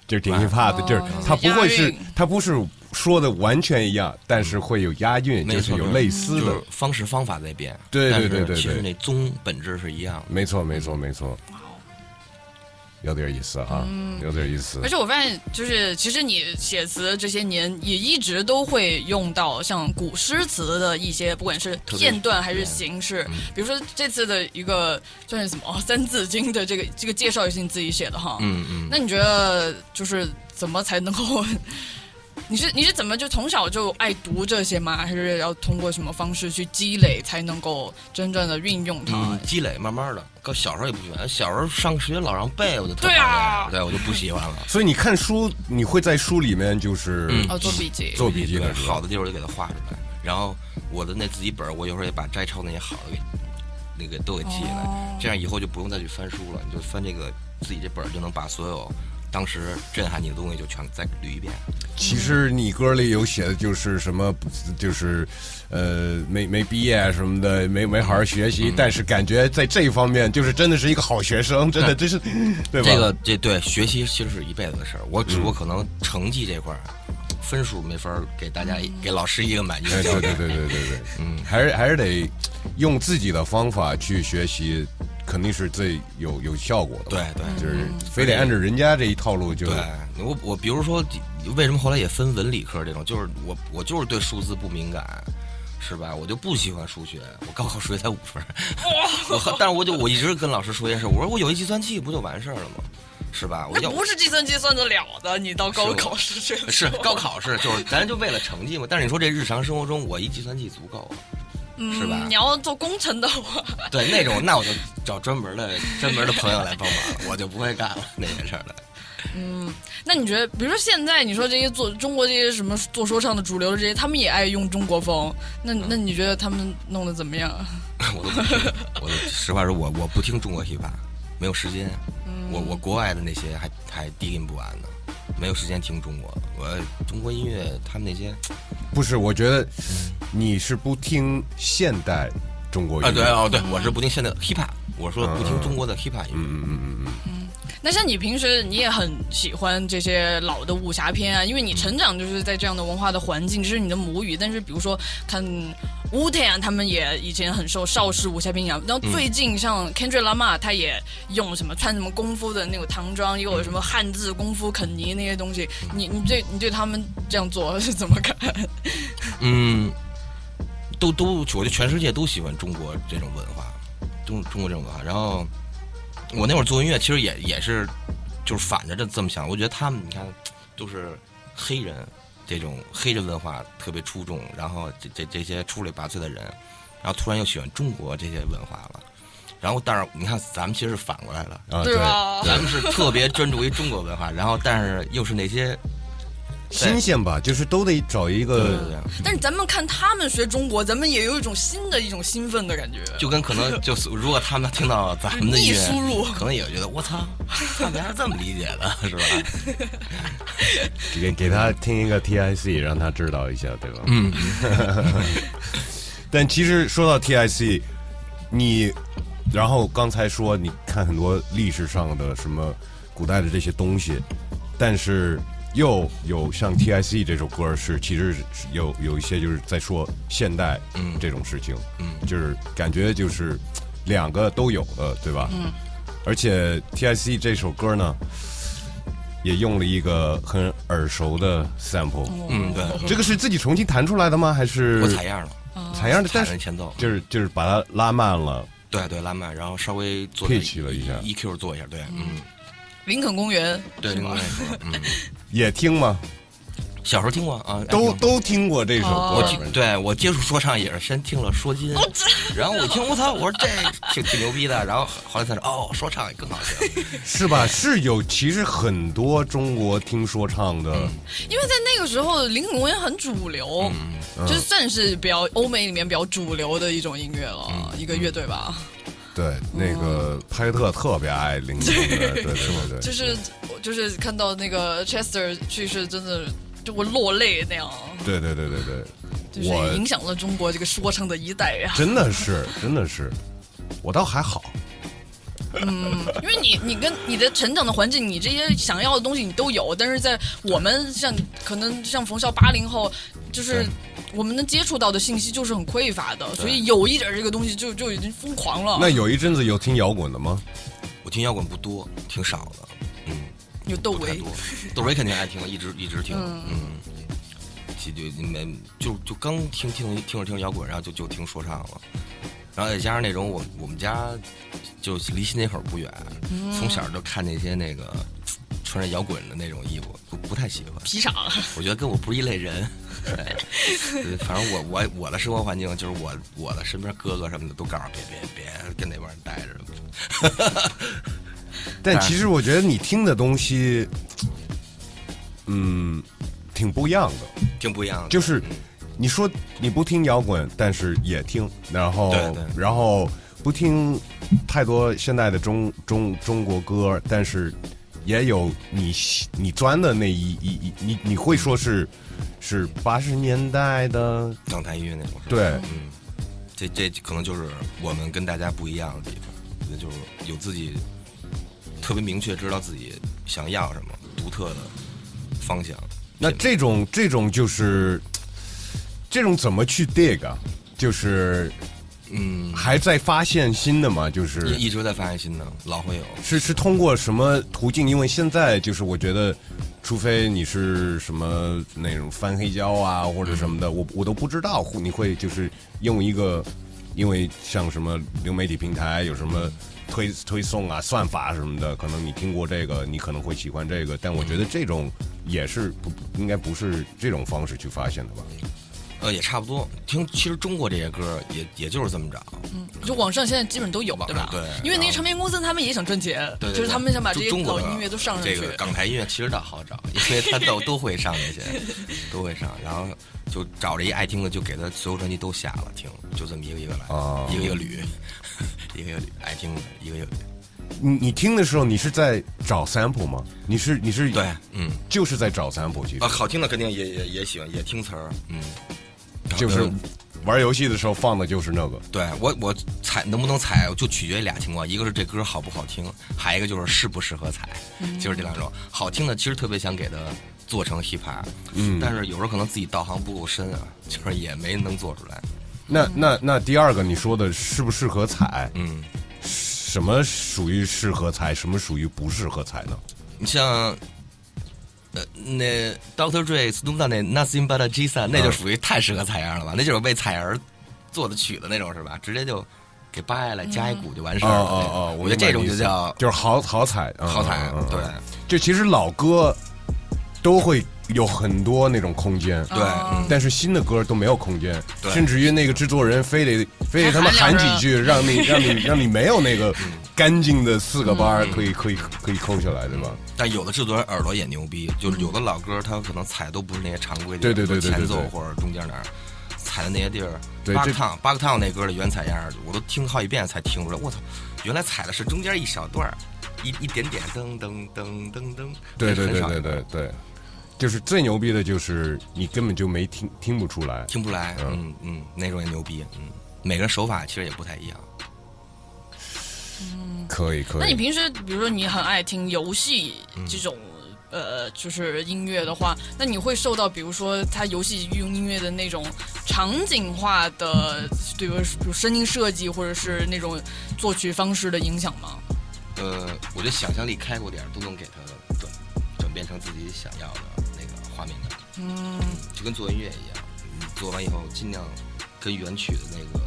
Speaker 2: 就是挺 hip hop 的，就是它不会
Speaker 3: 押
Speaker 2: 是
Speaker 3: 韵
Speaker 2: 它不是说的完全一样，但是会有押韵，
Speaker 4: 没
Speaker 2: 就是
Speaker 4: 错
Speaker 2: 有
Speaker 4: 没错
Speaker 2: 类似
Speaker 4: 就
Speaker 2: 的
Speaker 4: 是。方式方法在变，
Speaker 2: 对对
Speaker 4: 但是
Speaker 2: 对对对
Speaker 4: 其实那宗本质是一样的。
Speaker 2: 没错，没错，没错。有点意思啊，有点意思
Speaker 3: 而。且我发现，就是其实你写词这些年也一直都会用到像古诗词的一些，不管是片段还是形式。
Speaker 4: 嗯
Speaker 3: 比如说这次的一个算是什么《哦三字经》的这个这个介绍也是你自己写的哈。
Speaker 4: 嗯嗯，
Speaker 3: 那你觉得就是怎么才能够？你是你是怎么就从小就爱读这些吗？还是要通过什么方式去积累才能够真正的运用它？
Speaker 4: 嗯，积累慢慢的。刚小时候也不喜欢，小时候上学老让背，我就特
Speaker 3: 对啊
Speaker 4: 讨厌对我就不喜欢
Speaker 2: <laughs>
Speaker 4: 了。
Speaker 2: 所以你看书，你会在书里面就是
Speaker 4: 嗯
Speaker 3: 哦，做笔记。
Speaker 2: 做笔记
Speaker 4: 对
Speaker 2: 的时候
Speaker 4: 好的地方就给它画出来，然后我的那自己本儿，我有时候也把摘抄那些好的给那个都给记下来，
Speaker 3: 哦
Speaker 4: 这样以后就不用再去翻书了，你就翻这个自己这本儿，就能把所有当时震撼你的东西就全再捋一遍。
Speaker 2: 其实你歌里有写的就是什么，就是，呃，没没毕业什么的，没没好好学习，
Speaker 4: 嗯
Speaker 2: 但是感觉在这一方面就是真的是一个好学生，真的，这是，对吧？嗯
Speaker 4: 嗯这个这对学习其实是一辈子的事儿，我只不过可能成绩这块儿。分数没法儿给大家、
Speaker 3: 嗯
Speaker 4: 给老师一个满意
Speaker 2: 哎
Speaker 4: 的
Speaker 2: 对
Speaker 4: 交
Speaker 2: 对
Speaker 4: 代，
Speaker 2: 对对对对，嗯，还是还是得用自己的方法去学习，肯定是最有有效果的。
Speaker 4: 对，对嗯
Speaker 2: 就是非得按照人家这一套路就
Speaker 4: 对，我我比如说，为什么后来也分文理科这种？就是我我就是对数字不敏感，是吧？我就不喜欢数学，我高考数学才五分儿， <laughs> 我很但是我就我一直跟老师说一件事，我说我有一计算器不就完事儿了吗？是吧？我
Speaker 3: 那
Speaker 4: 要哦
Speaker 3: 不是计算机算得了的，你到高考试去
Speaker 4: 是啊高考是就是咱就为了成绩嘛。但是你说这日常生活中，我一计算器足够了。是吧
Speaker 3: 嗯，你要做工程的话，
Speaker 4: 对那种，那我就找专门的专门的朋友来帮忙了，我就不会干了那件事儿了。
Speaker 3: 那你觉得，比如说现在你说这些做中国这些什么做说唱的主流的这些，他们也爱用中国风，那那你觉得他们弄得怎么样？
Speaker 4: <laughs> 我都不听，我都实话说，我我不听中国 hiphop，没有时间。我我国外的那些还还低音不完呢，没有时间听中国。我中国音乐他们那些
Speaker 2: 不是，我觉得你是不听现代中国
Speaker 4: 啊，
Speaker 2: 音
Speaker 4: 对
Speaker 2: 乐，
Speaker 4: 哦对，我是不听现在 hiphop，我说不听中国的 hiphop 音乐。
Speaker 2: 嗯嗯嗯嗯，
Speaker 3: 那像你平时你也很喜欢这些老的武侠片啊，因为你成长就是在这样的文化的环境，这是你的母语。但是比如说看 Wu Tang，他们也以前很受邵氏武侠片影响，然后最近像 Kendrick Lamar，他也用什么穿什么功夫的那种唐装，又有什么汉字功夫肯尼那些东西，你你对你对他们这样做 <laughs> 是怎么看？
Speaker 4: 嗯，都都，我觉得全世界都喜欢中国这种文化，中中国这种文化。然后我那会儿做音乐，其实也也是就是反着这这么想。我觉得他们，你看，都是黑人这种黑人文化特别出众，然后这这这些出类拔萃的人，然后突然又喜欢中国这些文化了。然后，但是你看，咱们其实是反过来了，
Speaker 2: 啊
Speaker 3: 对吧？
Speaker 4: 咱们是特别专注于中国文化，然后但是又是那些
Speaker 2: 新鲜吧，就是都得找一
Speaker 4: 对
Speaker 2: 个
Speaker 4: 对对。
Speaker 3: 但是咱们看他们学中国，咱们也有一种新的一种兴奋的感觉。
Speaker 4: 就跟
Speaker 3: <laughs>
Speaker 4: 可能就是，如果他们听到咱们的音
Speaker 3: 逆输入
Speaker 4: 乐，可能也觉得我操，他们还是这么理解
Speaker 3: <laughs>
Speaker 4: 的，是吧？
Speaker 2: 给给他听一个 TIC，让他知道一下，对吧？嗯。 <laughs> 但其实说到 TIC，你，然后刚才说你看很多历史上的什么古代的这些东西，但是又有像 TIC 这首歌是其实是有有一些就是在说现代
Speaker 4: 嗯
Speaker 2: 这种事情，
Speaker 4: 嗯
Speaker 2: 就是感觉就是两个都有的，对吧？嗯。而且 TIC 这首歌呢，也用了一个很耳熟的 sample，、
Speaker 4: 嗯，对，
Speaker 2: 这个是自己重新弹出来的吗？还是
Speaker 4: 我采样了，
Speaker 2: 采样的？
Speaker 4: 采
Speaker 2: 但
Speaker 4: 了
Speaker 2: 是
Speaker 4: 前奏，
Speaker 2: 就是就是把它拉慢了，
Speaker 4: 对对，拉曼，然后稍微做点
Speaker 2: Pitch 了一下
Speaker 4: EQ 做一下，对，嗯，
Speaker 3: 林肯公园，
Speaker 4: 对，
Speaker 3: 是
Speaker 4: 另
Speaker 3: 吗
Speaker 4: 外一首嗯，
Speaker 2: 也听吗？
Speaker 4: 小时候听过啊，
Speaker 2: 都
Speaker 4: 哎
Speaker 2: 都听过这首歌，
Speaker 3: 我
Speaker 4: 听过对我接触说唱也是先听了说金，然后我听我操，我说这挺挺牛逼的，然后后来才知道哦，说唱也更好听，
Speaker 2: 是吧？是有，其实很多中国听说唱的，
Speaker 3: 因为在那个时候，林肯公园很主流，就算是比较欧美里面比较主流的一种音乐了，一个乐队吧。
Speaker 2: 对那个派特特别爱林肯公园，对对对对，
Speaker 3: 就是我就是看到那个 Chester 去世，真的就我落泪那样，
Speaker 2: 对对对对对，
Speaker 3: 就是
Speaker 2: 我
Speaker 3: 影响了中国这个说唱的一代呀、
Speaker 2: 真的是真的是，我倒还好，
Speaker 3: 因为你你跟你的成长的环境，你这些想要的东西你都有，但是在我们像可能像冯笑八零后，就是
Speaker 4: 对
Speaker 3: 我们能接触到的信息就是很匮乏的，所以有一点这个东西就就已经疯狂了。
Speaker 2: 那有一阵子有听摇滚的吗？
Speaker 4: 我听摇滚不多，挺少的，嗯，
Speaker 3: 有窦
Speaker 4: 不太
Speaker 3: 唯
Speaker 4: 多，窦唯肯定爱听，一直一直听，嗯，其实就没就就刚听听听着听着摇滚，然后就就听说唱了，然后再加上那种我我们家就离新街口不远，从小就看那些那个穿着摇滚的那种衣服，不不太喜欢，
Speaker 3: 皮厂，
Speaker 4: 我觉得跟我不是一类人。 <laughs> 对，反正我我我的生活环境就是我我的身边哥哥什么的都告诉我别别别跟那帮人待着，哎
Speaker 2: 但其实我觉得你听的东西，嗯，挺不一样的。
Speaker 4: 挺不一样的。
Speaker 2: 就是
Speaker 4: 嗯
Speaker 2: 你说你不听摇滚，但是也听，然后
Speaker 4: 对对
Speaker 2: 然后不听太多现代的中中中国歌，但是也有你喜你钻的那一一一你你会说是是八十年代的，
Speaker 4: 港台音乐那种。是吧，
Speaker 2: 对，
Speaker 4: 嗯，这这可能就是我们跟大家不一样的地方，我觉得就是有自己特别明确知道自己想要什么独特的方向。
Speaker 2: 那
Speaker 4: 品
Speaker 2: 这种这种就是这种怎么去 dig 啊？就是
Speaker 4: 嗯，
Speaker 2: 还在发现新的嘛，就是
Speaker 4: 一一直在发现新的，老会有。
Speaker 2: 是是通过什么途径？因为现在就是我觉得，除非你是什么那种翻黑胶啊或者什么的，我我都不知道你会就是用一个，因为像什么流媒体平台有什么推推送啊、算法什么的，可能你听过这个，你可能会喜欢这个，但我觉得这种也是不应该不是这种方式去发现的吧？
Speaker 4: 呃，也差不多。听，其实中国这些歌也也就是这么找。
Speaker 3: 就网上现在基本都有，
Speaker 4: 网
Speaker 3: 对吧？
Speaker 4: 对
Speaker 3: 因为那些
Speaker 4: 然后
Speaker 3: 唱片公司他们也想赚钱，
Speaker 4: 对对对
Speaker 3: 就是他们想把这
Speaker 4: 中
Speaker 3: 些
Speaker 4: 中国
Speaker 3: 老
Speaker 4: 的
Speaker 3: 音乐都上上去。
Speaker 4: 这个港台音乐其实倒好找，因为他都都会上这
Speaker 3: <laughs>
Speaker 4: 些，都会上，然后就找着一爱听的，就给他所有专辑都下了听，就这么一个一个来，
Speaker 2: 哦
Speaker 4: 一个一个捋， <laughs> 一个一个捋，爱听的一个一个捋。
Speaker 2: 你你听的时候，你是在找 sample 吗？你是你是
Speaker 4: 对，嗯，
Speaker 2: 就是在找 sample 去
Speaker 4: 啊，好听的肯定也也也喜欢，也听词儿，嗯，
Speaker 2: 就是
Speaker 4: 呃
Speaker 2: 玩游戏的时候放的就是那个。
Speaker 4: 对我我踩能不能踩，就取决于俩情况，一个是这歌好不好听，还有一个就是适不适合踩，就是这两种。好听的其实特别想给它做成 hiphop，嗯，但是有时候可能自己道行不够深啊，就是也没能做出来。
Speaker 2: 那那那第二个你说的适不适合踩？
Speaker 4: 嗯，
Speaker 2: 什么属于适合踩，什么属于不适合踩呢？
Speaker 4: 你像。呃，那 Doctor Dre、Snoop Dogg 那 Nothing But a Jesus，那就
Speaker 2: 嗯
Speaker 4: 属于太适合采样了吧？那就是为采儿做的曲子那种是吧？直接就给扒下来加一鼓就完事
Speaker 2: 哦
Speaker 4: 儿了。
Speaker 2: 哦哦，
Speaker 4: 我觉得这种就叫
Speaker 2: 就是好好踩，嗯
Speaker 4: 好踩
Speaker 2: 嗯嗯嗯
Speaker 4: 对
Speaker 2: 就其实老歌都会有很多那种空间，
Speaker 3: 哦
Speaker 4: 对，嗯，
Speaker 2: 但是新的歌都没有空间，
Speaker 4: 对
Speaker 2: 甚至于那个制作人非得非得他妈
Speaker 3: 还喊
Speaker 2: 喊
Speaker 3: 两
Speaker 2: 几
Speaker 3: 声
Speaker 2: 句，让你让你让你没有那个
Speaker 4: 嗯
Speaker 2: 干净的四个八可以可以可以扣下来，对吧？
Speaker 4: 但有的制作人耳朵也牛逼，就是有的老歌他可能踩都不是那些常规的，
Speaker 2: 对对对
Speaker 4: 就
Speaker 2: 对
Speaker 4: 是
Speaker 2: 对
Speaker 4: 前奏
Speaker 2: 对
Speaker 4: 或者中间哪儿踩的那些地儿。
Speaker 2: 对
Speaker 4: 八
Speaker 2: 这
Speaker 4: 个烫八个烫那歌的原采样儿，我都听好几遍才听出来。我操，原来踩的是中间一小段儿，一一点点噔噔噔噔噔。
Speaker 2: 对对
Speaker 4: 很
Speaker 2: 对
Speaker 4: 少
Speaker 2: 对
Speaker 4: 有
Speaker 2: 对对，就是最牛逼的就是你根本就没听听不出来。
Speaker 4: 听不出来。嗯嗯，那种也牛逼。嗯，每个人手法其实也不太一样。嗯
Speaker 2: 可以可以。
Speaker 3: 那你平时比如说你很爱听游戏
Speaker 4: 嗯
Speaker 3: 这种、呃，就是音乐的话，那你会受到比如说它游戏用音乐的那种场景化的，对比如比如声音设计或者是那种作曲方式的影响吗？
Speaker 4: 呃，我觉得想象力开阔点儿，都能给他转转变成自己想要的那个画面感。
Speaker 3: 嗯，
Speaker 4: 就跟做音乐一样，你做完以后尽量跟原曲的那个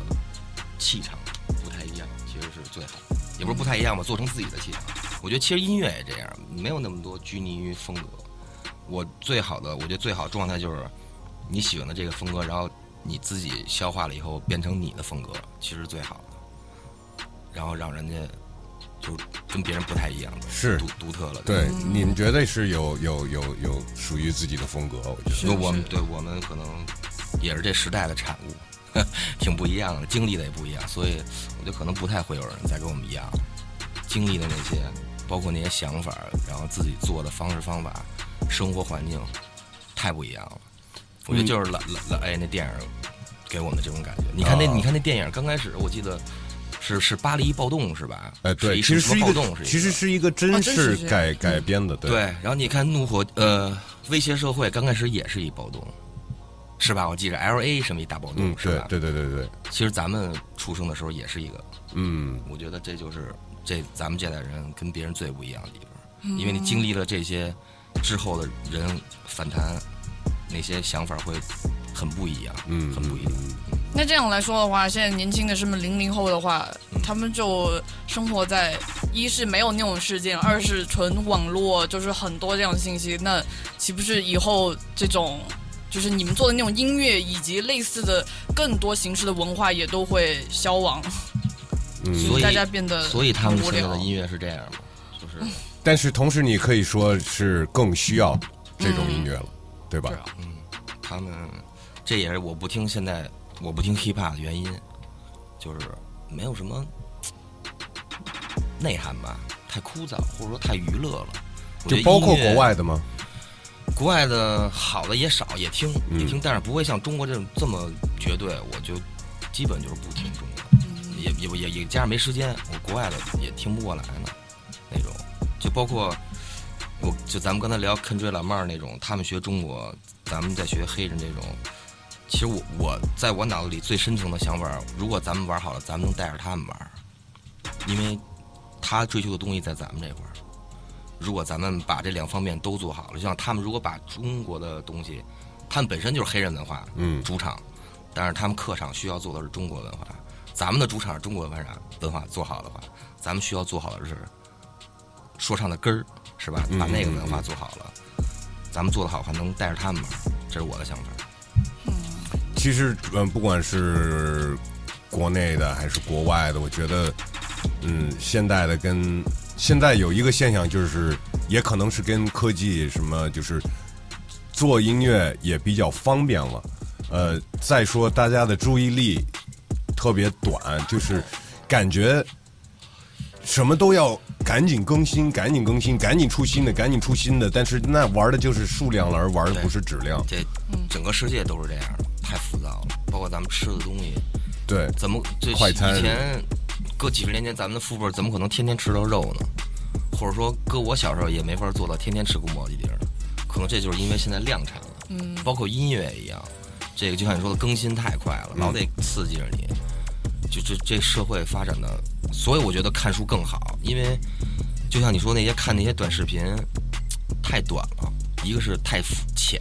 Speaker 4: 气场不太一样，其实是最好的。也不是不太一样吧，做成自己的气场。我觉得其实音乐也这样，没有那么多拘泥于风格。我最好的，我觉得最好状态就是你喜欢的这个风格，然后你自己消化了以后变成你的风格，其实是最好的。然后让人家就跟别人不太一样的，
Speaker 2: 是
Speaker 4: 独独特了。
Speaker 2: 对，你们绝对是有有有有属于自己的风格，我觉得。
Speaker 4: 就我们对我们可能也是这时代的产物， <laughs> 挺不一样的，经历的也不一样，所以我觉得可能不太会有人再跟我们一样经历的那些，包括那些想法，然后自己做的方式方法、生活环境太不一样了。我
Speaker 2: 嗯
Speaker 4: 觉得就是老老老哎那电影给我们的这种感觉。你看那、
Speaker 2: 啊
Speaker 4: 你看那电影刚开始，我记得是是巴黎暴动是吧？
Speaker 2: 哎，对，
Speaker 4: 是
Speaker 2: 其实
Speaker 4: 一什
Speaker 2: 是一
Speaker 4: 么暴
Speaker 2: 个
Speaker 4: 动，是一
Speaker 2: 其实
Speaker 4: 个哦
Speaker 2: 是一个真
Speaker 3: 啊真
Speaker 2: 事
Speaker 3: 是这样
Speaker 2: 改改编的，
Speaker 4: 嗯对，然后你看怒火呃威胁社会，刚开始也是一暴动，是吧？我记着 L A 什么一大暴动，
Speaker 2: 嗯，
Speaker 4: 是
Speaker 2: 对
Speaker 4: 吧？
Speaker 2: 对对对对，
Speaker 4: 其实咱们出生的时候也是一个，
Speaker 2: 嗯，
Speaker 4: 我觉得这就是这咱们这代人跟别人最不一样的地
Speaker 3: 嗯
Speaker 4: 方，因为你经历了这些之后的人反弹，那些想法会很不一样，
Speaker 2: 嗯
Speaker 4: 很不一样。
Speaker 3: 那这样来说的话，现在年轻的什么零零后的话，他们就生活在一是没有那种事件，二是纯网络，就是很多这样的信息。那岂不是以后这种就是你们做的那种音乐以及类似的更多形式的文化也都会消亡？
Speaker 2: 嗯
Speaker 4: 所以
Speaker 3: 大家变得
Speaker 4: 所以他们
Speaker 3: 呃很无
Speaker 4: 现在的
Speaker 3: 聊。
Speaker 4: 音乐是这样嘛，就是
Speaker 2: 但是同时你可以说是更需要这
Speaker 4: 嗯
Speaker 2: 种音乐了，对吧？
Speaker 4: 啊他们，这也是我不听现在我不听 hiphop 的原因，就是没有什么内涵吧，太枯燥或者说太娱乐了。我
Speaker 2: 就
Speaker 4: 觉得
Speaker 2: 包括
Speaker 4: 音乐
Speaker 2: 国外的吗？
Speaker 4: 国外的好的也少，也听
Speaker 2: 嗯
Speaker 4: 也听，但是不会像中国这种这么绝对。我就基本就是不听中国，也也也也加上没时间，我国外的也听不过来呢，那种就包括我就咱们刚才聊 country 老妹儿那种，他们学中国，咱们在学黑人这种。其实我我在我脑子里最深层的想法，如果咱们玩好了，咱们能带着他们玩，因为他追求的东西在咱们这块儿。如果咱们把这两方面都做好了，就像他们如果把中国的东西，他们本身就是黑人文化，
Speaker 2: 嗯
Speaker 4: 主场，但是他们客场需要做的是中国文化，咱们的主场是中国文化文化做好的话，咱们需要做好的是说唱的根儿，是吧？把那个文化做好了，咱们做的好还能带着他们玩，这是我的想法。
Speaker 2: 其实，嗯，不管是国内的还是国外的，我觉得，嗯，现代的跟现在有一个现象，就是也可能是跟科技什么，就是做音乐也比较方便了。呃，再说大家的注意力特别短，就是感觉什么都要赶紧更新，赶紧更新，赶紧出新的，赶紧出新的。但是那玩的就是数量了，而玩的不是质量。
Speaker 4: 这整个世界都是这样的，太浮躁了，包括咱们吃的东西，
Speaker 2: 对，
Speaker 4: 怎么就
Speaker 2: 快餐
Speaker 4: 以前搁几十年前，咱们的父辈儿怎么可能天天吃到肉呢？或者说，搁我小时候也没法做到天天吃宫保鸡丁儿的，可能这就是因为现在量产了。嗯，包括音乐一样，这个就像你说的，更新太快了，老
Speaker 2: 嗯
Speaker 4: 得刺激着你。就这这社会发展的，所以我觉得看书更好，因为就像你说那些看那些短视频，太短了，一个是太肤浅，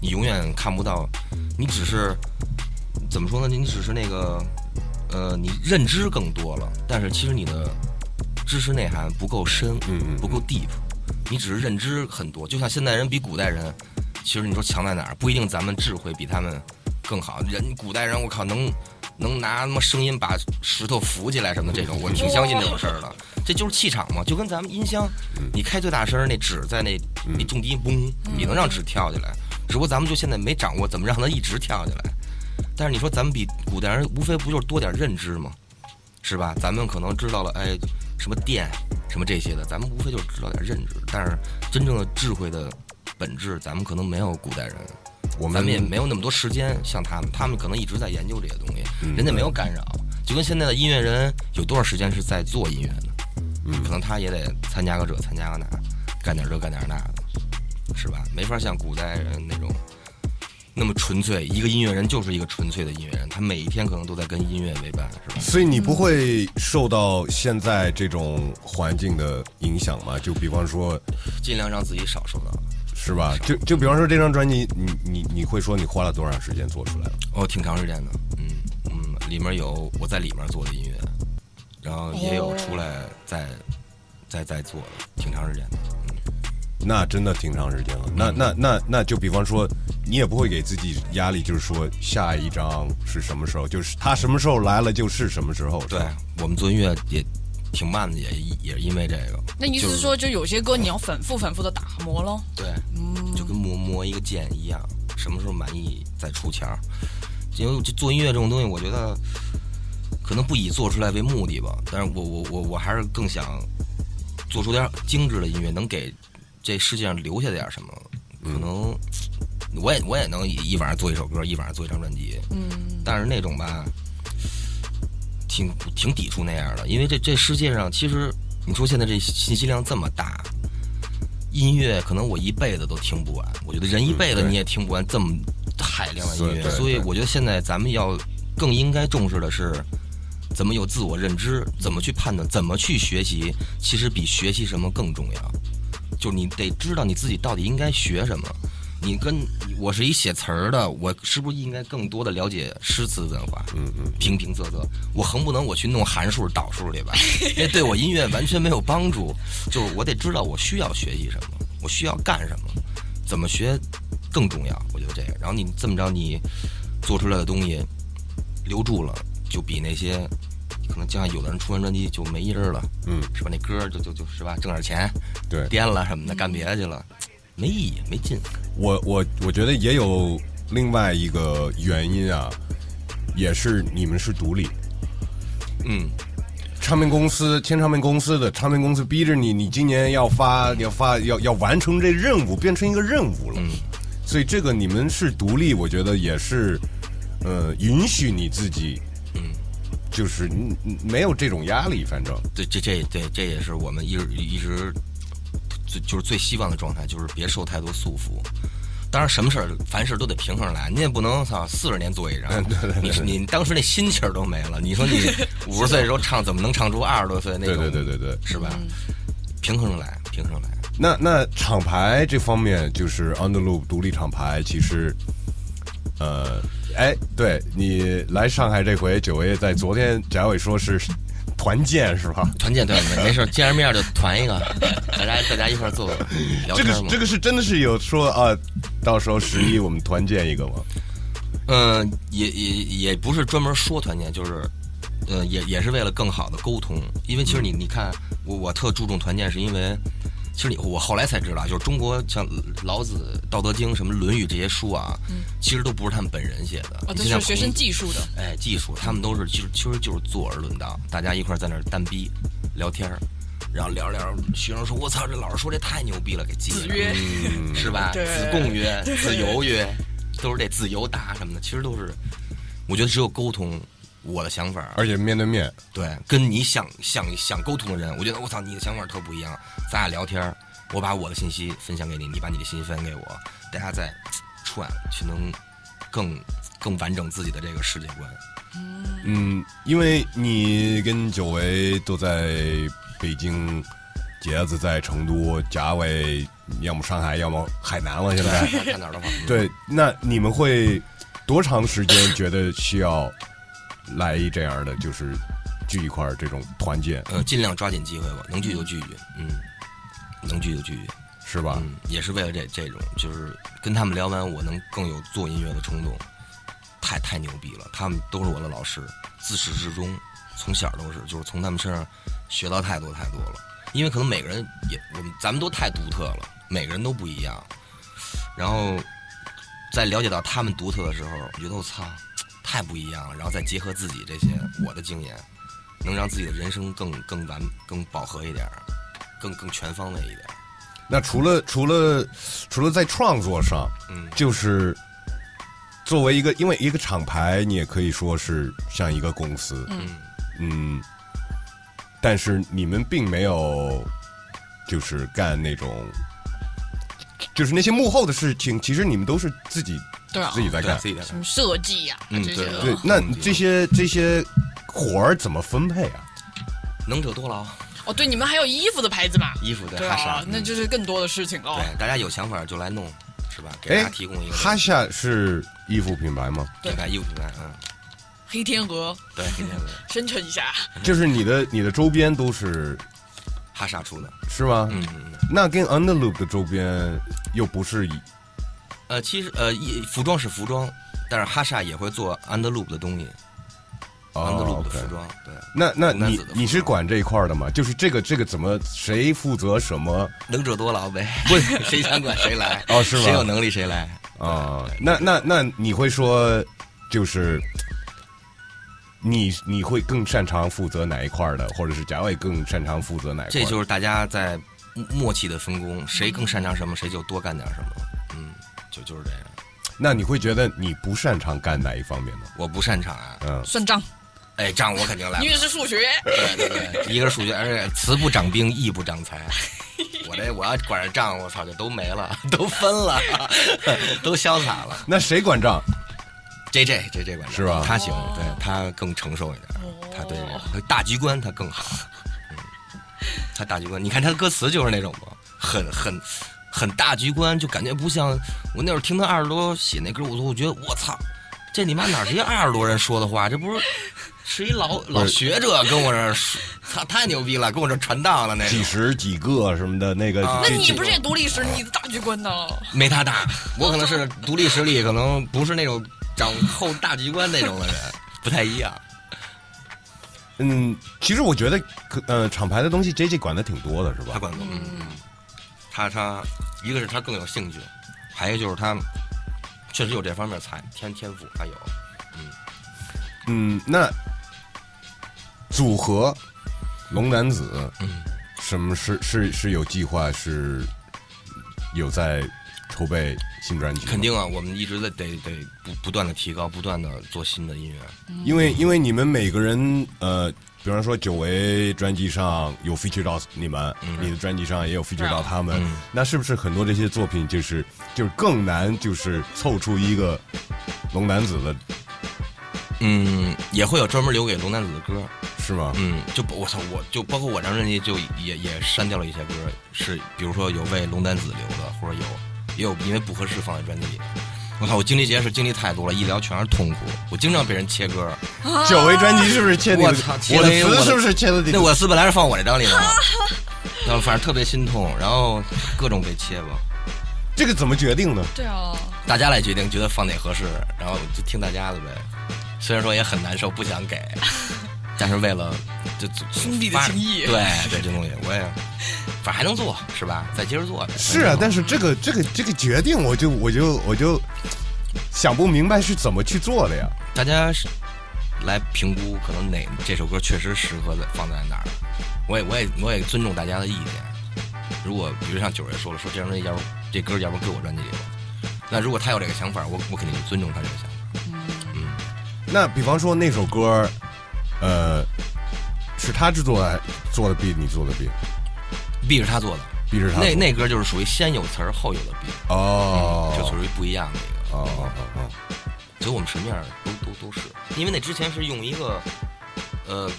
Speaker 4: 你永远看不到，你只是怎么说呢？你只是那个，呃，你认知更多了，但是其实你的知识内涵不够深，
Speaker 2: 嗯嗯嗯
Speaker 4: 不够 deep，你只是认知很多。就像现代人比古代人，其实你说强在哪儿？不一定咱们智慧比他们更好。人古代人，我靠，能能拿他妈声音把石头扶起来什么的，这种我
Speaker 2: 嗯
Speaker 4: 挺相信这种事儿的。这就是气场嘛，就跟咱们音箱，
Speaker 2: 嗯
Speaker 4: 你开最大声儿，那纸在那那重低嘣，你能让纸跳起来。只不过咱们就现在没掌握怎么让它一直跳起来。但是你说咱们比古代人无非不就是多点认知吗？是吧？咱们可能知道了，哎，什么电，什么这些的，咱们无非就是知道点认知。但是真正的智慧的本质，咱们可能没有古代人，
Speaker 2: 我
Speaker 4: 咱
Speaker 2: 们
Speaker 4: 们也没有那么多时间像他们，他们可能一直在研究这些东西，
Speaker 2: 嗯
Speaker 4: 人家没有干扰。就跟现在的音乐人有多少时间是在做音乐呢？
Speaker 2: 嗯
Speaker 4: 可能他也得参加个这，参加个那，干点这，干点那的，是吧？没法像古代人那种那么纯粹，一个音乐人就是一个纯粹的音乐人，他每一天可能都在跟音乐为伴，是吧？
Speaker 2: 所以你不会受到现在这种环境的影响吗？就比方说，
Speaker 4: 尽量让自己少受到。
Speaker 2: 是吧？就就比方说这张专辑，你你你会说你花了多长时间做出来了？
Speaker 4: 哦，挺长时间的，嗯嗯，里面有我在里面做的音乐，然后也有出来在在在做的，挺长时间的。嗯
Speaker 2: 那真的挺长时间了。那那那那就比方说，你也不会给自己压力，就是说下一张是什么时候？就是他什么时候来了，就是什么时候。是
Speaker 4: 对
Speaker 2: 吧，
Speaker 4: 我们做音乐也挺慢的，也也是因为这个。
Speaker 3: 那意思是说，就有些歌你要反复反复的打磨咯。嗯
Speaker 4: 对，就跟磨磨一个剑一样，什么时候满意再出钱儿。因为就做音乐这种东西，我觉得可能不以做出来为目的吧，但是我我我我还是更想做出点儿精致的音乐，能给这世界上留下点儿什么。可能我也我也能一一晚上做一首歌，一晚上做一张专辑。嗯，但是那种吧，挺挺抵触那样的，因为这这世界上其实你说现在这信息量这么大，音乐可能我一辈子都听不完。我觉得人一辈子
Speaker 2: 嗯对
Speaker 4: 你也听不完这么海量的音
Speaker 2: 对对
Speaker 4: 乐，所以我觉得现在咱们要更应该重视的是怎么有自我认知，怎么去判断，怎么去学习，其实比学习什么更重要。就是你得知道你自己到底应该学什么。你跟我是一写词儿的，我是不是应该更多的了解诗词文化？嗯嗯，平平仄仄，我横不能我去弄函数导数去吧， <laughs> 那哎对我音乐完全没有帮助。就是我得知道我需要学习什么，我需要干什么，怎么学更重要。我觉得这个，然后你这么着，你做出来的东西留住了，就比那些可能像有的人出完专辑就没音儿了，
Speaker 2: 嗯，
Speaker 4: 是吧？那歌儿就就就是吧，挣点钱，
Speaker 2: 对
Speaker 4: 颠了什么的，干别的去了，没意义，没劲。
Speaker 2: 我我我觉得也有另外一个原因啊，也是你们是独立，
Speaker 4: 嗯，
Speaker 2: 唱片公司签唱片公司的唱片公司逼着你，你今年要发要发要要完成这任务，变成一个任务
Speaker 4: 嗯
Speaker 2: 了。所以这个你们是独立，我觉得也是，呃，允许你自己，嗯，就是你你没有这种压力，反正
Speaker 4: 对，这这对，这也是我们一直一直最就是最希望的状态，就是别受太多束缚。当然，什么事儿凡事都得平衡来，你也不能操四十年做一张，
Speaker 2: 嗯
Speaker 4: 你你当时那心气儿都没了。你
Speaker 2: <laughs>
Speaker 4: 说你五十岁的时候唱，怎么能唱出二十多岁那
Speaker 2: 对
Speaker 4: 种？
Speaker 2: 对对对对。
Speaker 4: 是吧？平衡着来，平衡着来。
Speaker 2: 那那厂牌这方面，就是 Underloop 独立厂牌，其实，呃，哎，对你来上海这回，九爷在昨天，贾伟说是团建是吧？
Speaker 4: 团建对，没没事儿，见着面儿就团一个， <laughs> 大家大家一块儿坐着聊
Speaker 2: 这
Speaker 4: 天
Speaker 2: 个
Speaker 4: 嘛。
Speaker 2: 这个是真的是有说啊，到时候十一我们团建一个吗？
Speaker 4: 嗯，也也也不是专门说团建，就是，呃，也也是为了更好的沟通。因为其实你你看，我我特注重团建，是因为，其实你我后来才知道，就是中国像老子、道德经、什么《论语》这些书啊，其实都不是他们本人写的，
Speaker 3: 哦，
Speaker 4: 你
Speaker 3: 都
Speaker 4: 像
Speaker 3: 是学
Speaker 4: 孔
Speaker 3: 生技术的。
Speaker 4: 哎，技术，他们都是其实其实就是坐而论道，大家一块儿在那儿单逼聊天儿，然后聊着聊着，学生说：“我操，这老师说这太牛逼了，给记
Speaker 3: 子
Speaker 4: 了，
Speaker 3: 曰
Speaker 4: 嗯是吧？
Speaker 3: <laughs> 对
Speaker 4: 子贡曰，子游曰，都是这子游答什么的，其实都是，我觉得只有沟通。”我的想法儿，
Speaker 2: 而且面对面，
Speaker 4: 对，跟你想想想沟通的人，我觉得我操，你的想法儿特不一样。咱俩聊天儿，我把我的信息分享给你，你把你的信息分享给我，大家再串，去能更更完整自己的这个世界观。
Speaker 2: 嗯，因为你跟久违都在北京，杰子在成都，贾伟要么上海，要么海南了，现在。
Speaker 4: 看哪儿的话，嗯
Speaker 2: 对，那你们会多长时间觉得需要来一这样的，就是聚一块儿这种团建，
Speaker 4: 呃，尽量抓紧机会吧，能聚就聚聚，嗯，能聚就聚聚，
Speaker 2: 是吧？
Speaker 4: 嗯，也是为了这这种，就是跟他们聊完，我能更有做音乐的冲动，太太牛逼了，他们都是我的老师，自始至终，从小都是，就是从他们身上学到太多太多了，因为可能每个人也，我们咱们都太独特了，每个人都不一样，然后在了解到他们独特的时候，我觉得我操，太不一样了，然后再结合自己这些我的经验，能让自己的人生更更完更饱和一点儿，更更全方位一点儿。
Speaker 2: 那除了除了除了在创作上，
Speaker 4: 嗯
Speaker 2: 就是作为一个，因为一个厂牌，你也可以说是像一个公司，
Speaker 4: 嗯
Speaker 2: 嗯，但是你们并没有就是干那种。就是那些幕后的事情，其实你们都是自己
Speaker 3: 对啊
Speaker 2: 自，己在
Speaker 4: 对
Speaker 2: 干，
Speaker 4: 自己的
Speaker 3: 什么设计呀、
Speaker 4: 嗯
Speaker 3: 这些
Speaker 4: 对
Speaker 3: 的
Speaker 2: 对，那这些这些活儿怎么分配啊？
Speaker 4: 能者多劳，
Speaker 3: 哦，对，你们还有衣服的牌子嘛？
Speaker 4: 衣服
Speaker 3: 对
Speaker 4: 哈
Speaker 3: 啊
Speaker 4: 萨，，
Speaker 3: 那就是更多的事情喽。
Speaker 4: 对大家有想法就来弄，是吧？给大
Speaker 2: 哦哎
Speaker 4: 家提供一个
Speaker 2: 哈夏是衣服品牌吗？
Speaker 4: 品牌衣服品牌，嗯，
Speaker 3: 黑天鹅，
Speaker 2: <laughs>
Speaker 4: 对，今天的
Speaker 3: 宣传一下。
Speaker 4: 嗯
Speaker 2: 就是你的你的周边都是
Speaker 4: 哈萨出的，
Speaker 2: 是吗？
Speaker 4: 嗯嗯嗯，
Speaker 2: 那跟 Underloop 的周边又不是一
Speaker 4: 呃，其实呃，衣服装是服装，但是哈萨也会做 Underloop 的东西
Speaker 2: 哦
Speaker 4: ，Underloop
Speaker 2: OK
Speaker 4: 的服装，对，
Speaker 2: 那那
Speaker 4: 男
Speaker 2: 你
Speaker 4: 子的服装
Speaker 2: 你是管这一块儿的吗？就是这个这个怎么谁负责什么
Speaker 4: 能者多劳呗，不是 <laughs> 谁想管谁来，
Speaker 2: <laughs> 哦是吗
Speaker 4: 谁有能力谁来，
Speaker 2: 啊？那那那你会说就是你你会更擅长负责哪一块儿的，或者是贾伟更擅长负责哪一块儿
Speaker 4: 这
Speaker 2: 的？
Speaker 4: 就是大家在默默契的分
Speaker 2: 嗯
Speaker 4: 工，谁更擅长什么，谁就多干点什么，嗯，就就是这样。
Speaker 2: 那你会觉得你不擅长干哪一方面呢？
Speaker 4: 我不擅长啊，
Speaker 2: 嗯，
Speaker 3: 算账，
Speaker 4: 哎，账我肯定来不
Speaker 3: 因
Speaker 4: 了
Speaker 3: 为是数学。
Speaker 4: 对对对，一个是数学，而且慈不长兵，义不长财。我这我要管着账，我操，就都没了，都分了，都潇洒了。
Speaker 2: 那谁管账？
Speaker 4: J J J J 馆长
Speaker 2: 是吧
Speaker 4: 他行，对他更成熟一点，他对大局观他更好。嗯，他大局观，你看他的歌词就是那种嘛，很很很大局观，就感觉不像我那会儿听他二十多写那歌，我都我觉得我操，这你妈哪是一二十多人说的话？这不是是一老老学者跟我这儿说，操太牛逼了，跟我这儿传道了那种
Speaker 2: 几。十几个什么的，那个
Speaker 4: 哎啊
Speaker 3: 那
Speaker 2: 这
Speaker 3: 你
Speaker 2: 这
Speaker 3: 不是也读历史？你的大局观呢？
Speaker 4: 没他大，我可能是独立实力，可能不是那种长后大局观那种的人，不太一样。
Speaker 2: 嗯，其实我觉得可呃厂牌的东西 J J 管的挺多的，是
Speaker 4: 他
Speaker 2: 吧？
Speaker 4: 管过，嗯，嗯他他一个是他更有兴趣，还有就是他确实有这方面才天天赋，他有。
Speaker 2: 嗯，那组合龙男子，
Speaker 4: 嗯
Speaker 2: 什么是是是有计划是有在筹备新专辑？
Speaker 4: 肯，定啊，我们一直在得得不不断的提高，不断的做新的音乐。
Speaker 2: 因为因为你们每个人呃，比方说久违专辑上有 feature 到你们，你的专辑上也有 feature 到他们，
Speaker 4: 嗯
Speaker 2: 那是不是很多这些作品就是就是更难就是凑出一个龙男子的，
Speaker 4: 嗯，也会有专门留给龙男子的歌。
Speaker 2: 是吗？
Speaker 4: 嗯，就我操，我就包括我这张专辑就也也删掉了一些歌，是比如说有为龙丹子留的，或者有也有因为不合适放在专辑里。我靠，我经历这件事经历太多了，一聊全是痛苦。我经常被人切歌，
Speaker 2: 久违专辑是不是切你的？
Speaker 4: 我操切
Speaker 2: 我的
Speaker 4: 了一个我
Speaker 2: 词
Speaker 4: 的
Speaker 2: 是不是切的你的
Speaker 4: 那？我的词本来是放我这张
Speaker 3: <laughs>
Speaker 4: 里的嘛，然后反正特别心痛，然后各种被切吧。
Speaker 2: 这个怎么决定呢？
Speaker 3: 对啊，
Speaker 4: 大家来决定觉得放哪合适，然后就听大家的呗。虽然说也很难受，
Speaker 3: <laughs>
Speaker 4: 不想给，但是为了就就
Speaker 3: 兄弟的
Speaker 4: 发
Speaker 3: 情谊
Speaker 4: 对对，这东西我也反正还能做是吧？再接着做呗。
Speaker 2: 是啊，但是这个这个这个决定，我就我就我就想不明白是怎么去做的呀？
Speaker 4: 大家是来评估，可能哪这首歌确实适合在放在哪儿。我也我也我也尊重大家的意见。如果比如像九儿也说了，说这张专辑要不这歌要不归我专辑里吧。那如果他有这个想法，我我肯定尊重他这个想法。
Speaker 2: 那比方说那首歌，呃，是他制作的，做的 B，你做的 B，
Speaker 4: B 是他做的，
Speaker 2: B 是他做
Speaker 4: 那
Speaker 2: 的
Speaker 4: 那歌就是属于先有词儿后有的 B，
Speaker 2: 哦，
Speaker 4: 嗯就属于不一样的一个。
Speaker 2: 哦哦哦哦，
Speaker 4: 所以我们什么样儿都都都是，因为那之前是用一个，呃，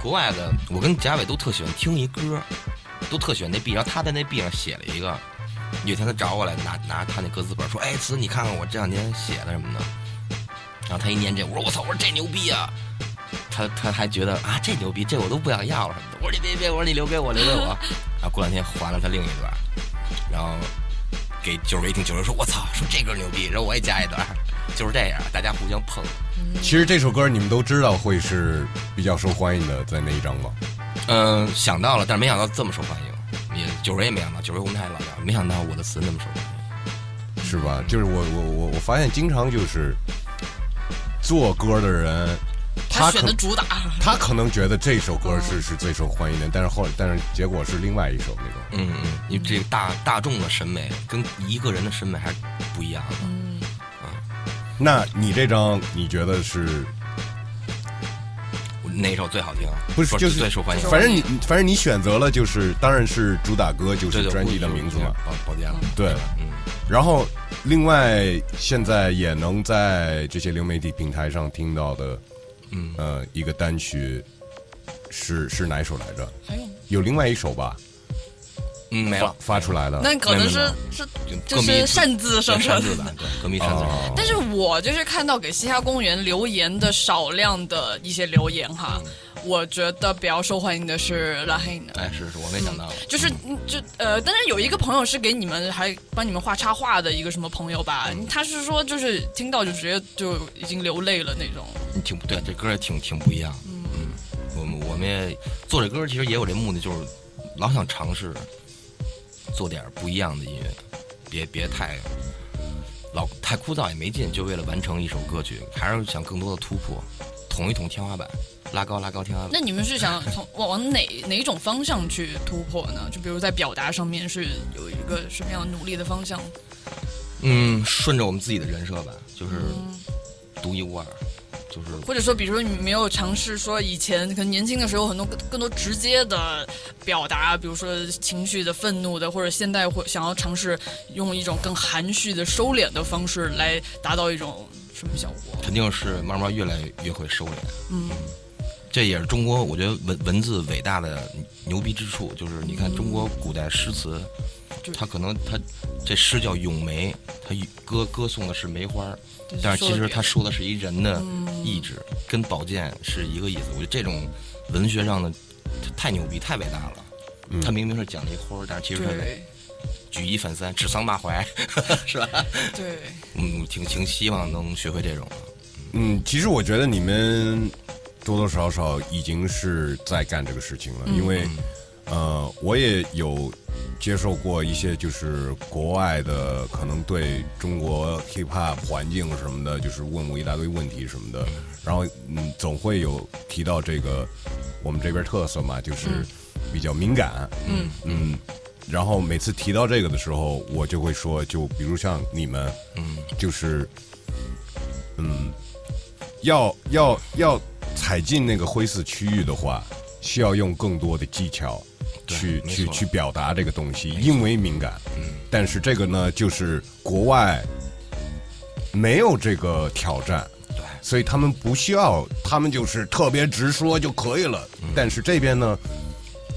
Speaker 4: 国外的，我跟贾伟都特喜欢听一歌，都特喜欢那 B，然后他在那 B 上写了一个，有一天他找我来拿拿他那歌词本说，哎，词你看看我这两天写的什么的，然后他一念这，我说我操，我说这牛逼啊！他他还觉得啊这牛逼，这我都不想要了什么的。我说你别别，我说你留给我，留给我。然后过两天还了他另一段，然后给九儿一听，九儿说我操，说这歌牛逼，然后我也加一段，就是这样，大家互相碰。
Speaker 2: 其实这首歌你们都知道会是比较受欢迎的，在那一张吗？
Speaker 4: 嗯、想到了，但是没想到这么受欢迎，也九儿也没想到，九儿我们俩也老聊，没想到我的词那么受欢迎。
Speaker 2: 是吧？就是我我我我发现经常就是做歌的人，
Speaker 3: 他
Speaker 2: 他
Speaker 3: 选
Speaker 2: 可
Speaker 3: 的主打，
Speaker 2: 他可能觉得这首歌是是最受欢迎的，但是后但是结果是另外一首那种。
Speaker 4: 嗯，嗯，你这个大大众的审美跟一个人的审美还是不一样的。
Speaker 2: 那你这张你觉得是？
Speaker 3: 嗯
Speaker 4: 我哪首最好听？
Speaker 2: 不是就是
Speaker 4: 最受欢迎。
Speaker 2: 反正你反正你选择了就是，当然是主打歌，就是
Speaker 4: 对对，
Speaker 2: 专辑的名字嘛。
Speaker 4: 保保健了。
Speaker 2: 对，
Speaker 4: 嗯，
Speaker 2: 然后另外现在也能在这些流媒体平台上听到的，
Speaker 4: 嗯
Speaker 2: 呃，一个单曲是是哪一首来着？
Speaker 3: 还有
Speaker 2: 有另外一首吧，
Speaker 4: 嗯，没
Speaker 2: 发
Speaker 4: 了，
Speaker 2: 发出来了。
Speaker 3: 那可能
Speaker 4: 没有
Speaker 3: 是
Speaker 4: 没
Speaker 3: 是
Speaker 4: 就
Speaker 3: 就
Speaker 4: 歌迷
Speaker 3: 是擅自生成
Speaker 4: 擅自的，对，歌迷擅自的。
Speaker 2: 哦
Speaker 3: <laughs> 但是我就是看到给嘻哈公园留言的少量的一些留言哈，
Speaker 4: 嗯
Speaker 3: 我觉得比较受欢迎的是拉黑呢。
Speaker 4: 哎，是是，我没想到了。
Speaker 3: 就是嗯就呃，但是有一个朋友是给你们还帮你们画插画的一个什么朋友吧，他是说就是听到就直接就已经流泪了那种。
Speaker 4: 你挺对，这歌也挺挺不一样。嗯，我们我们也做这歌，其实也有这目的，就是老想尝试做点不一样的音乐，别别太老太枯燥也没劲，就为了完成一首歌曲，还是想更多的突破，捅一捅天花板，拉高拉高天花
Speaker 3: 那
Speaker 4: 板。
Speaker 3: 你们是想从往往哪哪种方向去突破呢？就比如在表达上面是有一个什么样努力的方向？
Speaker 4: 嗯，顺着我们自己的人设吧，就是独一无二，嗯就是
Speaker 3: 或者说，比如说你没有尝试说以前可能年轻的时候很多更更多直接的表达，比如说情绪的愤怒的，或者现在会想要尝试用一种更含蓄的收敛的方式来达到一种什么小国？
Speaker 4: 肯定是慢慢越来越会收敛。嗯，这也是中国我觉得文文字伟大的牛逼之处，就是你看中国古代诗词，
Speaker 3: 就
Speaker 4: 它可能它这诗叫咏梅，它歌歌颂的是梅花儿
Speaker 3: 对，嗯
Speaker 4: 但是其
Speaker 3: 说
Speaker 4: 实
Speaker 3: 的
Speaker 4: 它说的是一人的意志，跟宝剑是一个意思。我觉得这种文学上的它太牛逼，太伟大了。它明明是讲了一花儿，但是其实它
Speaker 3: 嗯对
Speaker 4: 举一反三，指桑骂槐， <laughs> 是吧？
Speaker 3: 对，
Speaker 4: 嗯，挺挺希望能学会这种的。
Speaker 2: 嗯，其实我觉得你们多多少少已经是在干这个事情了，因为呃，我也有接受过一些就是国外的，可能对中国 hip hop 环境什么的，就是问我一大堆问题什么的，然后嗯，总会有提到这个我们这边特色嘛，就是比较敏感，嗯嗯。然后每次提到这个的时候，我就会说，就比如像你们，嗯，就是嗯要要要踩进那个灰色区域的话，需要用更多的技巧去
Speaker 4: 没
Speaker 2: 去
Speaker 4: 错嗯
Speaker 2: 去表达这个东西，因为敏感。但是这个呢，就是国外没有这个挑战，
Speaker 4: 对
Speaker 2: 所以他们不需要，他们就是特别直说就可以了。
Speaker 4: 嗯
Speaker 2: 但是这边呢，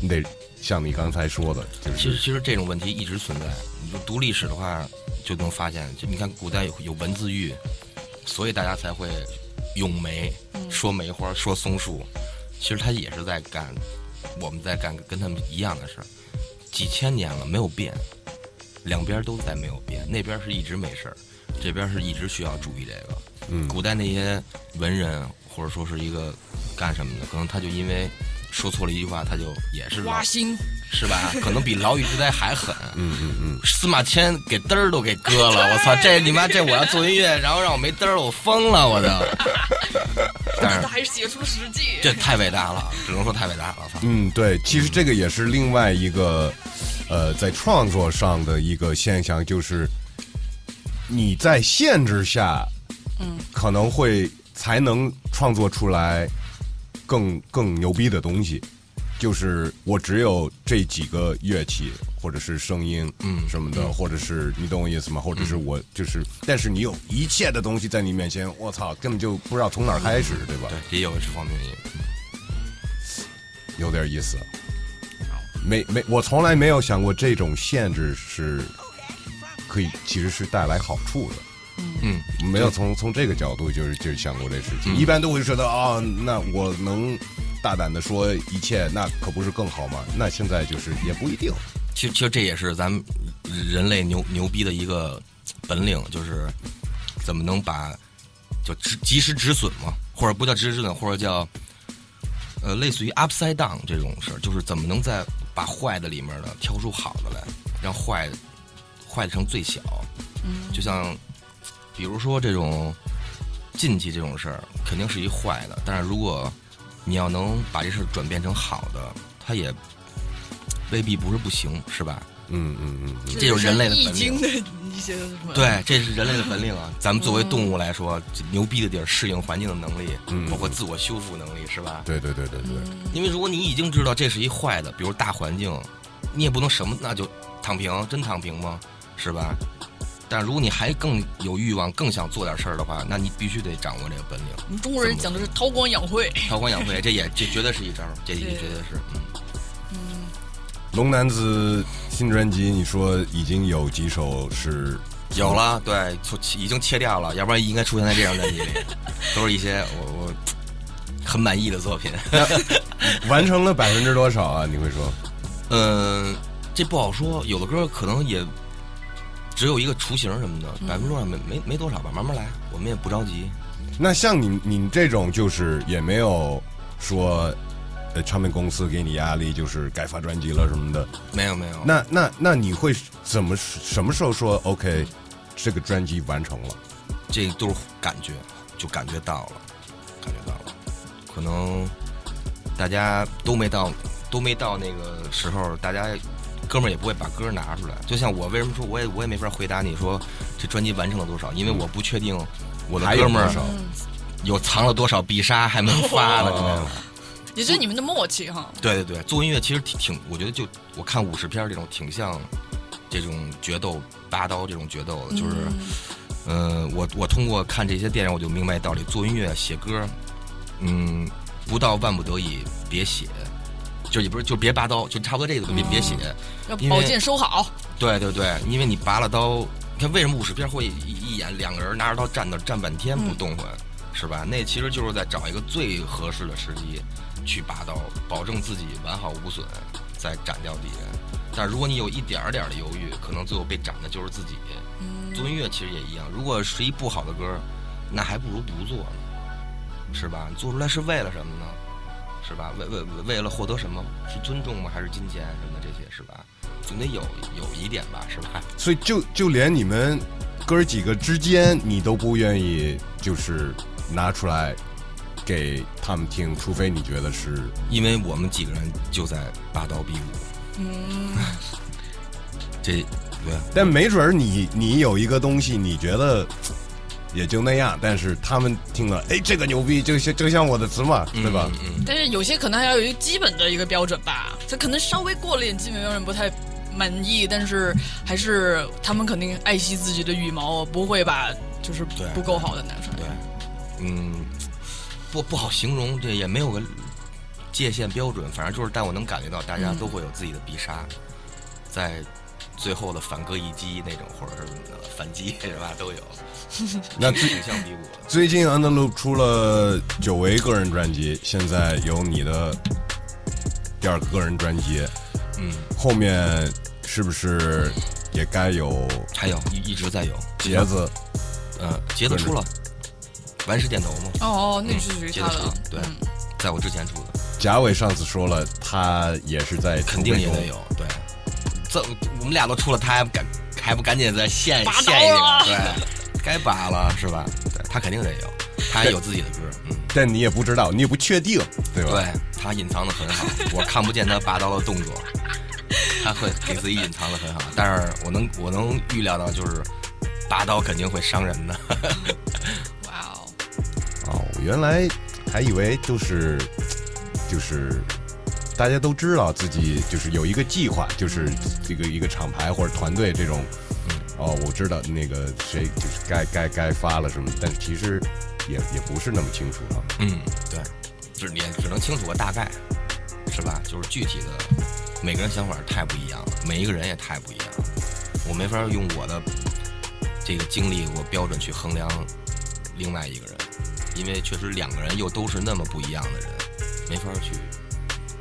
Speaker 2: 你得像你刚才说的，就
Speaker 4: 其实
Speaker 2: 是
Speaker 4: 其实这种问题一直存在。你就读历史的话，就能发现，就你看古代有有文字狱，所以大家才会咏梅，说梅花，说松树。其实他也是在干，我们在干跟他们一样的事儿，几千年了没有变，两边都在没有变，那边是一直没事儿，这边是一直需要注意这个。
Speaker 2: 嗯
Speaker 4: 古代那些文人或者说是一个干什么的，可能他就因为说错了一句话，他就也是
Speaker 3: 挖心，
Speaker 4: 是吧？ <laughs> 可能比牢狱之灾还狠。嗯嗯嗯。司马迁给嘚儿都给割了，我操！这你妈这我要做音乐，然后让我没嘚儿，我疯了，我都。但
Speaker 3: 这
Speaker 4: 是
Speaker 3: 还是写出实际。
Speaker 4: 这太伟大了，只能说太伟大了，我操！
Speaker 2: 嗯，对，其实这个也是另外一个，呃，在创作上的一个现象，就是你在限制下，嗯，可能会才能创作出来更更牛逼的东西。就是我只有这几个乐器，或者是声音，嗯，什么的，或者是你懂我意思吗？或者是我就是，但是你有一切的东西在你面前，我操，根本就不知道从哪儿开始，对吧？
Speaker 4: 对，嗯也有这方面的音乐。
Speaker 2: 有点意思。没没，我从来没有想过这种限制是可以，其实是带来好处的。
Speaker 4: 嗯，
Speaker 2: 没有从从这个角度就是就是想过这事情。一般都会觉得啊、那我能大胆的说一切，那可不是更好吗？那现在就是也不一定。
Speaker 4: 其实其实这也是咱们人类牛牛逼的一个本领，就是怎么能把就止及时止损嘛，或者不叫及时止损，或者叫呃类似于 upside down 这种事儿，就是怎么能在把坏的里面的挑出好的来，让坏坏的成最小。就像比如说这种禁忌这种事儿，肯定是一坏的，但是如果你要能把这事儿转变成好的，它也未必不是不行，是吧？
Speaker 2: 嗯嗯嗯嗯，
Speaker 4: 这就是人类的
Speaker 3: 易
Speaker 4: 本
Speaker 3: 经
Speaker 4: 领。
Speaker 3: 的一些什么？
Speaker 4: <laughs> 对，这是人类的本领啊！咱们作为动物来说，这牛逼的地儿，适应环境的能力，包括自我修复能力，是吧？
Speaker 2: 对对对对对，
Speaker 4: 因为如果你已经知道这是一坏的，比如大环境，你也不能什么那就躺平，真躺平吗？是吧？但如果你还更有欲望，更想做点事儿的话，那你必须得掌握这个本领。
Speaker 3: 我们中国人讲的是韬光养晦。
Speaker 4: 韬光养晦，这也这绝对是一招，这也
Speaker 3: 对
Speaker 4: 绝对是。嗯
Speaker 2: 龙男子新专辑，你说已经有几首是
Speaker 4: 有了，对，从已经切掉了，要不然应该出现在这张专辑里，都是一些我我很满意的作品。
Speaker 2: 完成了百分之多少啊？你会说？
Speaker 4: 嗯，这不好说，有的歌可能也只有一个雏形什么的，百分之多少没没没多少吧，慢慢来，我们也不着急。
Speaker 2: 那像你你这种就是也没有说，呃，唱片公司给你压力，就是该发专辑了什么的。
Speaker 4: 没有没有，
Speaker 2: 那那那你会怎么什么时候说 OK，这个专辑完成了？
Speaker 4: 这都是感觉，就感觉到了，感觉到了，可能大家都没到，都没到那个时候，大家哥们儿也不会把歌拿出来。就像我为什么说我也我也没法回答你说这专辑完成了多少，因为我不确定我的
Speaker 2: 嗯还有
Speaker 4: 哥们
Speaker 2: 多
Speaker 4: 儿
Speaker 2: 少？
Speaker 3: 嗯
Speaker 2: 哦
Speaker 4: 有藏了多少必杀还没发呢，你知道吗？
Speaker 3: 也就是你们的默契哈。
Speaker 4: 对对对，做音乐其实挺挺，我觉得就我看
Speaker 3: 嗯
Speaker 4: 武士片儿这种挺像这种决斗拔刀这种决斗的，就是呃，我我通过看这些电影，我就明白道理。做音乐、写歌，嗯，不到万不得已别写，就也不是就别拔刀，就差不多这个别别写。
Speaker 3: 要
Speaker 4: 因为
Speaker 3: 宝剑收好，
Speaker 4: 对对对，因为你拔了刀，你看为什么武士片会一一演两个人拿着刀站那儿站半天不动弹，是吧？那其实就是在找一个最合适的时机去拔刀，保证自己完好无损，再斩掉敌人。但如果你有一点儿点儿的犹豫，可能最后被斩的就是自己。做音乐其实也一样，如果是一不好的歌，那还不如不做呢，是吧？你做出来是为了什么呢？是吧？为为为为了获得什么？是尊重吗？还是金钱什么的这些是吧？总得有有一点吧，是吧？
Speaker 2: 所以就就连你们哥儿几个之间，你都不愿意就是拿出来给他们听，除非你觉得是
Speaker 4: 因为我们几个人就在拔刀比武，嗯，这对
Speaker 2: 但没准儿你你有一个东西，你觉得也就那样，但是他们听了，哎，这个牛逼，就像就像我的词嘛，对吧？
Speaker 4: 嗯
Speaker 3: 但是有些可能还要有一个基本的一个标准吧，这可能稍微过了点基本标准不太满意，但是还是他们肯定爱惜自己的羽毛，不会把就是
Speaker 4: 对
Speaker 3: 不够好的拿出来。
Speaker 4: 对，嗯，不不好形容，这也没有个界限标准，反正就是，但我能感觉到大家都会有自己的必杀，在最后的反戈一击那种，或者是怎么的反击是吧，都有，
Speaker 2: 那
Speaker 4: 挺
Speaker 2: 最
Speaker 4: 挺像比武的。
Speaker 2: 最近 Underloop 出了久违个人专辑，现在有你的第二个个人专辑，
Speaker 4: 嗯，
Speaker 2: 后面是不是也该有
Speaker 4: 还有一一直在有，
Speaker 2: 杰子？
Speaker 4: 呃，杰子出了，完事点头嘛，
Speaker 3: 哦哦，那
Speaker 4: 嗯
Speaker 3: 就属于
Speaker 4: 杰
Speaker 3: 他
Speaker 4: 子出
Speaker 3: 的
Speaker 4: 了，，对，在我之前出的。
Speaker 2: 贾伟上次说了，他也是在
Speaker 4: 肯定也
Speaker 2: 筹备中
Speaker 4: 得有，对。这我们俩都出了，他还不赶，还不赶紧再献
Speaker 3: 拔刀
Speaker 4: 献一
Speaker 3: 了
Speaker 4: 个？对，该拔了是吧？对，他肯定得有，他也有自己的歌，嗯，
Speaker 2: 但你也不知道，你也不确定，对吧？
Speaker 4: 对他隐藏的很好，我看不见他拔刀的动作，他会给自己隐藏的很好，但是我能我能预料到就是拔刀肯定会伤人的，
Speaker 3: 哇哦，
Speaker 2: 哦，我原来还以为就是就是大家都知道自己就是有一个计划，就是这个一个厂牌或者团队这种。哦，我知道那个谁就是该该该发了什么，但是其实也也不是那么清楚啊。
Speaker 4: <laughs> 嗯，对，就是你也只能清楚个大概，是吧？就是具体的，每个人想法太不一样了，每一个人也太不一样了，我没法用我的这个经历我标准去衡量另外一个人，因为确实两个人又都是那么不一样的人，没法去。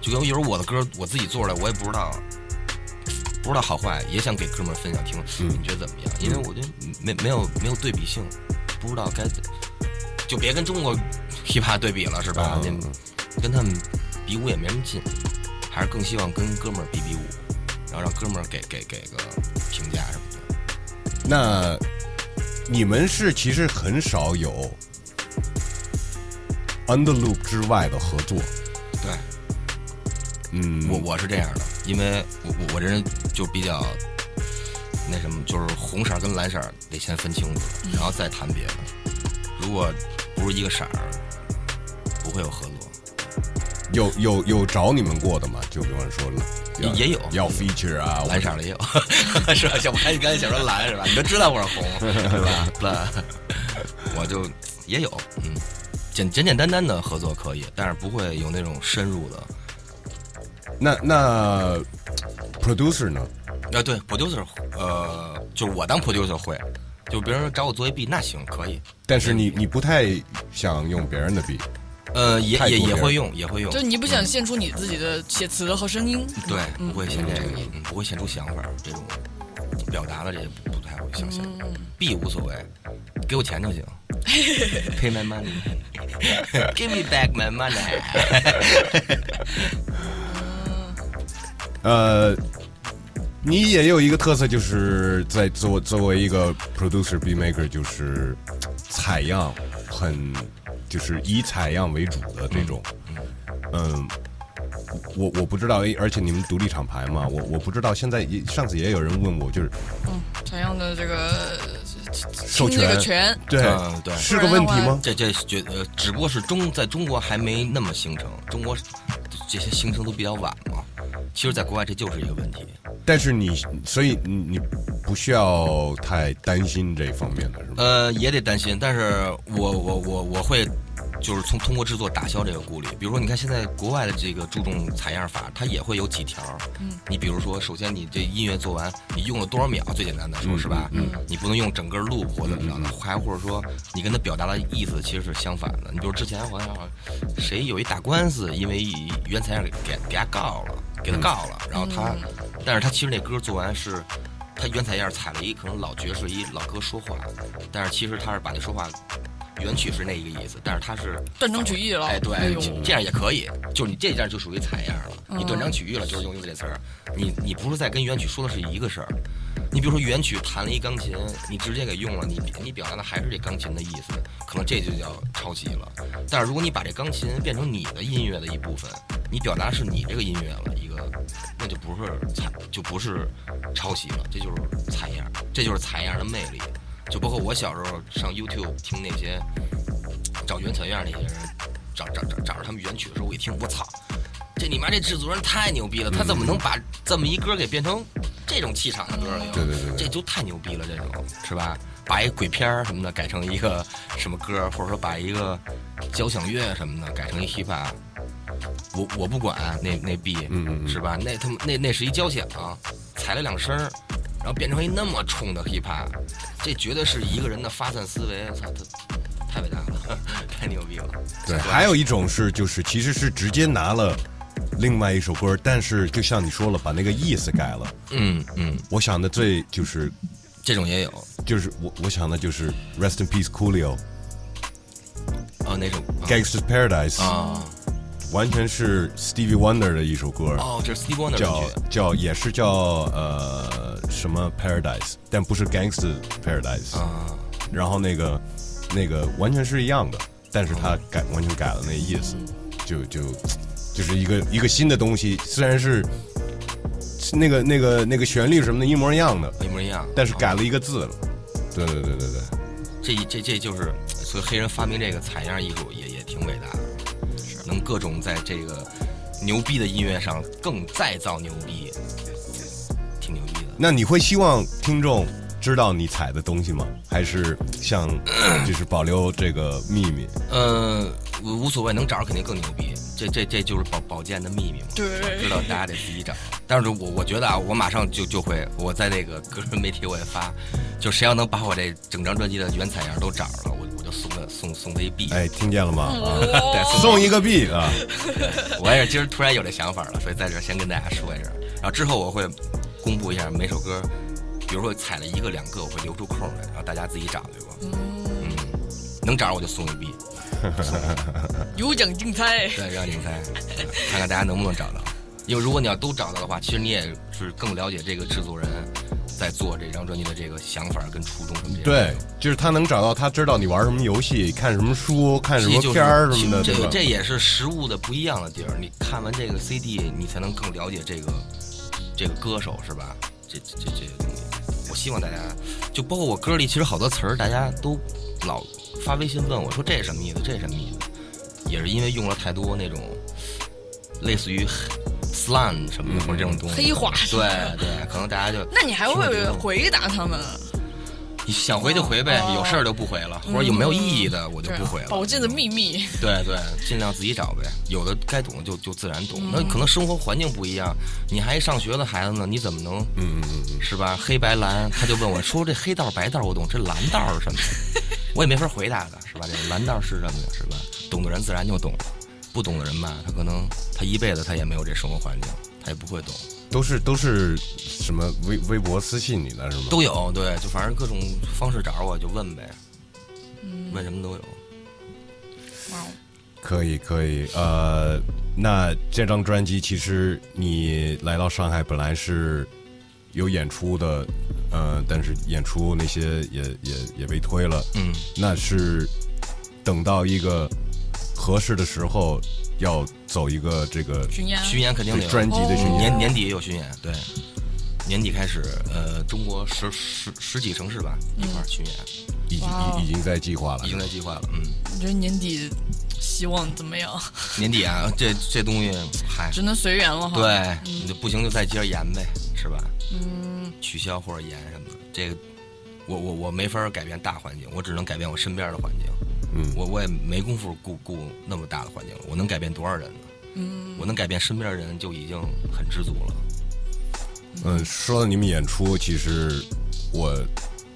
Speaker 4: 就跟有时候我的歌我自己做出来，我也不知道。不知道好坏，也想给哥们儿分享听，你觉得怎么样？因为我觉得没没有没有对比性，不知道该就别跟中国 hiphop 对比了，是吧？
Speaker 2: 嗯
Speaker 4: 那跟他们比武也没什么劲，还是更希望跟哥们儿比比武，然后让哥们儿给给给个评价什么的。
Speaker 2: 那你们是其实很少有 Underloop 之外的合作，
Speaker 4: 对，
Speaker 2: 嗯，
Speaker 4: 我我是这样的，因为我我我这人就比较那什么，就是红色儿跟蓝色儿得先分清楚，然后再谈别的。如果不是一个色儿，不会有合作。
Speaker 2: 有有有找你们过的吗？就比方说要
Speaker 4: 也有
Speaker 2: 要 feature 啊，
Speaker 4: 蓝色儿的也有， <laughs> 是吧？像我刚才刚才想说蓝是吧？你都知道我是红，对吧？ <laughs> 那我就也有，嗯，简简简单单的合作可以，但是不会有那种深入的。
Speaker 2: 那那 producer 呢？
Speaker 4: 啊，对，producer，呃，就是我当 producer 会，就别人找我做一 B，那行可以，
Speaker 2: 但是你你不太想用别人的笔，
Speaker 4: 呃，也
Speaker 2: 态度
Speaker 4: 也
Speaker 2: 这
Speaker 4: 也
Speaker 2: 样
Speaker 4: 会用，也会用
Speaker 3: 就，你不想献出你自己的写词和声音，
Speaker 4: 对，不会献这个，嗯，不会献出想法这种表达的这些不太会想想，B 无所谓，给我钱就 <laughs> 行，Pay my <laughs> money，Give me back my money，
Speaker 2: 呃，你也有一个特色，就是在作作为一个 producer beat maker，就是采样很就是以采样为主的这种，嗯。我我不知道，而且你们独立厂牌嘛，我我不知道。现在也上次也有人问我，就是
Speaker 3: 嗯，同样的这个
Speaker 2: 授
Speaker 3: 听这个
Speaker 2: 权，
Speaker 3: 权，
Speaker 2: 对
Speaker 4: 嗯 <laughs> 对
Speaker 2: 是个问题吗？
Speaker 4: 这这觉呃，只不过是中在中国还没那么形成，中国这些形成都比较晚嘛。其实，在国外这就是一个问题。
Speaker 2: 但是你，所以你你不需要太担心这方面的是吗？
Speaker 4: 呃，也得担心，但是我我我我会，就是从通过制作打消这个顾虑。比如说，你看现在国外的这个注重采样法，它也会有几条。嗯，你比如说，首先你这音乐做完，你用了多少秒，最简单的说是吧？嗯，你不能用整个 loop 或怎么着的，还或者说你跟他表达的意思其实是相反的。你比如之前好像谁有一打官司，因为原采样给给给他告了，给他告了，然后他，但是他其实那歌做完是。他原采样采了一可能老爵士一老哥说话，但是其实他是把那说话原曲是那一个意思，但是他是
Speaker 3: 断章取义了。
Speaker 4: 哎对，
Speaker 3: 哎呦
Speaker 4: 其这样也可以，就是你这一样就属于采样了，你断章取义了，就是用这词儿，你你不是在跟原曲说的是一个事儿。你比如说原曲弹了一钢琴，你直接给用了，你你表达的还是这钢琴的意思，可能这就叫抄袭了。但是如果你把这钢琴变成你的音乐的一部分，你表达是你这个音乐了，一个那就不是采，就不是抄袭了，这就是采样，这就是采样的魅力。就包括我小时候上 YouTube 听那些找原采样那些人，找找找找着他们原曲的时候，我一听，我操，这你妈这制作人太牛逼了，他怎么能把这么一歌给变成这种气场的歌了？
Speaker 2: 对对对对
Speaker 4: 这就太牛逼了，这种是吧？把一鬼片儿什么的改成一个什么歌，或者说把一个交响乐什么的改成一 hiphop，我我不管啊那那 B，
Speaker 2: 嗯嗯嗯
Speaker 4: 是吧？那他们那那是一交响，踩了两声儿，然后变成一那么冲的 hiphop，这绝对是一个人的发散思维，操，他太伟大了，太牛逼了。
Speaker 2: 对，
Speaker 4: 吧
Speaker 2: 还有一种是就是其实是直接拿了另外一首歌，但是就像你说了，把那个意思改了。
Speaker 4: 嗯嗯，
Speaker 2: 我想的最就是
Speaker 4: 这种也有啊
Speaker 2: 就是我我想的就是 Rest in Peace Coolio、，
Speaker 4: 哦那种啊
Speaker 2: Gangsters Paradise，、
Speaker 4: 啊
Speaker 2: 完全是 Stevie Wonder 的一首歌，
Speaker 4: 哦，这是 Steve Wonder
Speaker 2: 叫
Speaker 4: 的
Speaker 2: 叫也是叫呃什么 Paradise，但不是 Gangsters Paradise
Speaker 4: 曲。啊，
Speaker 2: 然后那个那个完全是一样的，但是他改完全改了那意思，就就就是一个一个新的东西，虽然是是那个那个那个旋律什么的一模一样的，
Speaker 4: 一模一样，
Speaker 2: 但是
Speaker 4: 啊
Speaker 2: 改了一个字了。对对对对对，
Speaker 4: 这这这就是，所以黑人发明这个采样艺术也也挺伟大的，能各种在这个牛逼的音乐上更再造牛逼，挺牛逼的。
Speaker 2: 那你会希望听众知道你采的东西吗？还是想就是保留这个秘密？
Speaker 4: 呃，无无所谓，能找着肯定更牛逼，这这这就是宝宝剑的秘密嘛。知
Speaker 3: 对，
Speaker 4: 道大家得自己找。但是我我觉得啊，我马上就就会，我在那个个人媒体我也发，就谁要能把我这整张专辑的原采样都找着了，我我就送他送送他一币。
Speaker 2: 哎，听见了吗？啊，
Speaker 4: <laughs> 对，送
Speaker 2: 送一个币啊！
Speaker 4: 我也是今儿突然有这想法了，所以在这儿先跟大家说一声。然后之后我会公布一下每首歌，比如说采了一个两个，我会留出空来，然后大家自己找去吧。嗯，能找着我就送一币，
Speaker 3: 有奖竞猜，
Speaker 4: 对，让你们猜，看看大家能不能找到。因为如果你要都找到的话，其实你也是更了解这个制作人在做这张专辑的这个想法跟初衷什么这些。
Speaker 2: 对，就是他能找到，他知道你玩什么游戏，看什么书，看什
Speaker 4: 其实
Speaker 2: 么
Speaker 4: 就是
Speaker 2: 片儿什么的，
Speaker 4: 这
Speaker 2: 对
Speaker 4: 个
Speaker 2: 吧？
Speaker 4: 这也是食物的不一样的地儿。你看完这个 CD，你才能更了解这个这个歌手是吧？这这这这些东西，我希望大家就包括我歌里，其实好多词儿大家都老发微信问我说这是什么意思，这是什么意思，也是因为用了太多那种类似于 slang 什么的、或者这
Speaker 2: 嗯
Speaker 4: 种东西
Speaker 3: 黑话
Speaker 4: 对对，可能大家就
Speaker 3: 那你还
Speaker 4: 听了
Speaker 3: 会
Speaker 4: 觉得
Speaker 3: 回答他们啊？
Speaker 4: 你想回就回呗，
Speaker 3: 哦
Speaker 4: 有事儿就不回了，或者有没有意义的我就不回了。
Speaker 3: 宝剑的秘密，
Speaker 4: 对对，尽量自己找呗，有的该懂的就就自然懂。那可能生活环境不一样，你还上学的孩子呢，你怎么能，嗯嗯嗯，是吧？黑白蓝，他就问我说这黑道白道我懂，这蓝道是什么 <laughs> 呀？我也没法回答他，是吧？这蓝道是什么呀？是吧？懂的人自然就懂了，不懂的人吧，他可能他一辈子他也没有这生活环境，他也不会懂。
Speaker 2: 都是都是什么微微博私信你的是吗？
Speaker 4: 都有，对，就反正各种方式找我就问呗，问什么都有。
Speaker 3: 哇
Speaker 4: 嗯
Speaker 3: 哦
Speaker 2: 可以可以，呃，那这张专辑其实你来到上海本来是有演出的，呃，但是演出那些也也也被推了，
Speaker 4: 嗯，
Speaker 2: 那是等到一个合适的时候要走一个这个
Speaker 3: 巡演，
Speaker 4: 巡演肯定得有
Speaker 2: 专辑的巡演，
Speaker 3: 哦
Speaker 4: 年年底也有巡演，对，年底开始，呃，中国十十十几城市吧
Speaker 3: 嗯
Speaker 4: 一块儿巡演，
Speaker 2: 已经
Speaker 3: 哇哦
Speaker 2: 已已经在计划了
Speaker 4: 已。经在计划了。嗯，
Speaker 3: 你觉得年底希望怎么样？ <laughs>
Speaker 4: 年底啊，这这东西，嗨，
Speaker 3: 只能随缘了哈。，
Speaker 4: 对，你就不行就再接着延呗，是吧？嗯，取消或者延什么的，这个我我我没法改变大环境，我只能改变我身边的环境。
Speaker 2: 嗯
Speaker 4: 我我也没工夫顾顾那么大的环境，我能改变多少人呢？嗯，我能改变身边的人就已经很知足了。
Speaker 2: 嗯，说到你们演出，其实我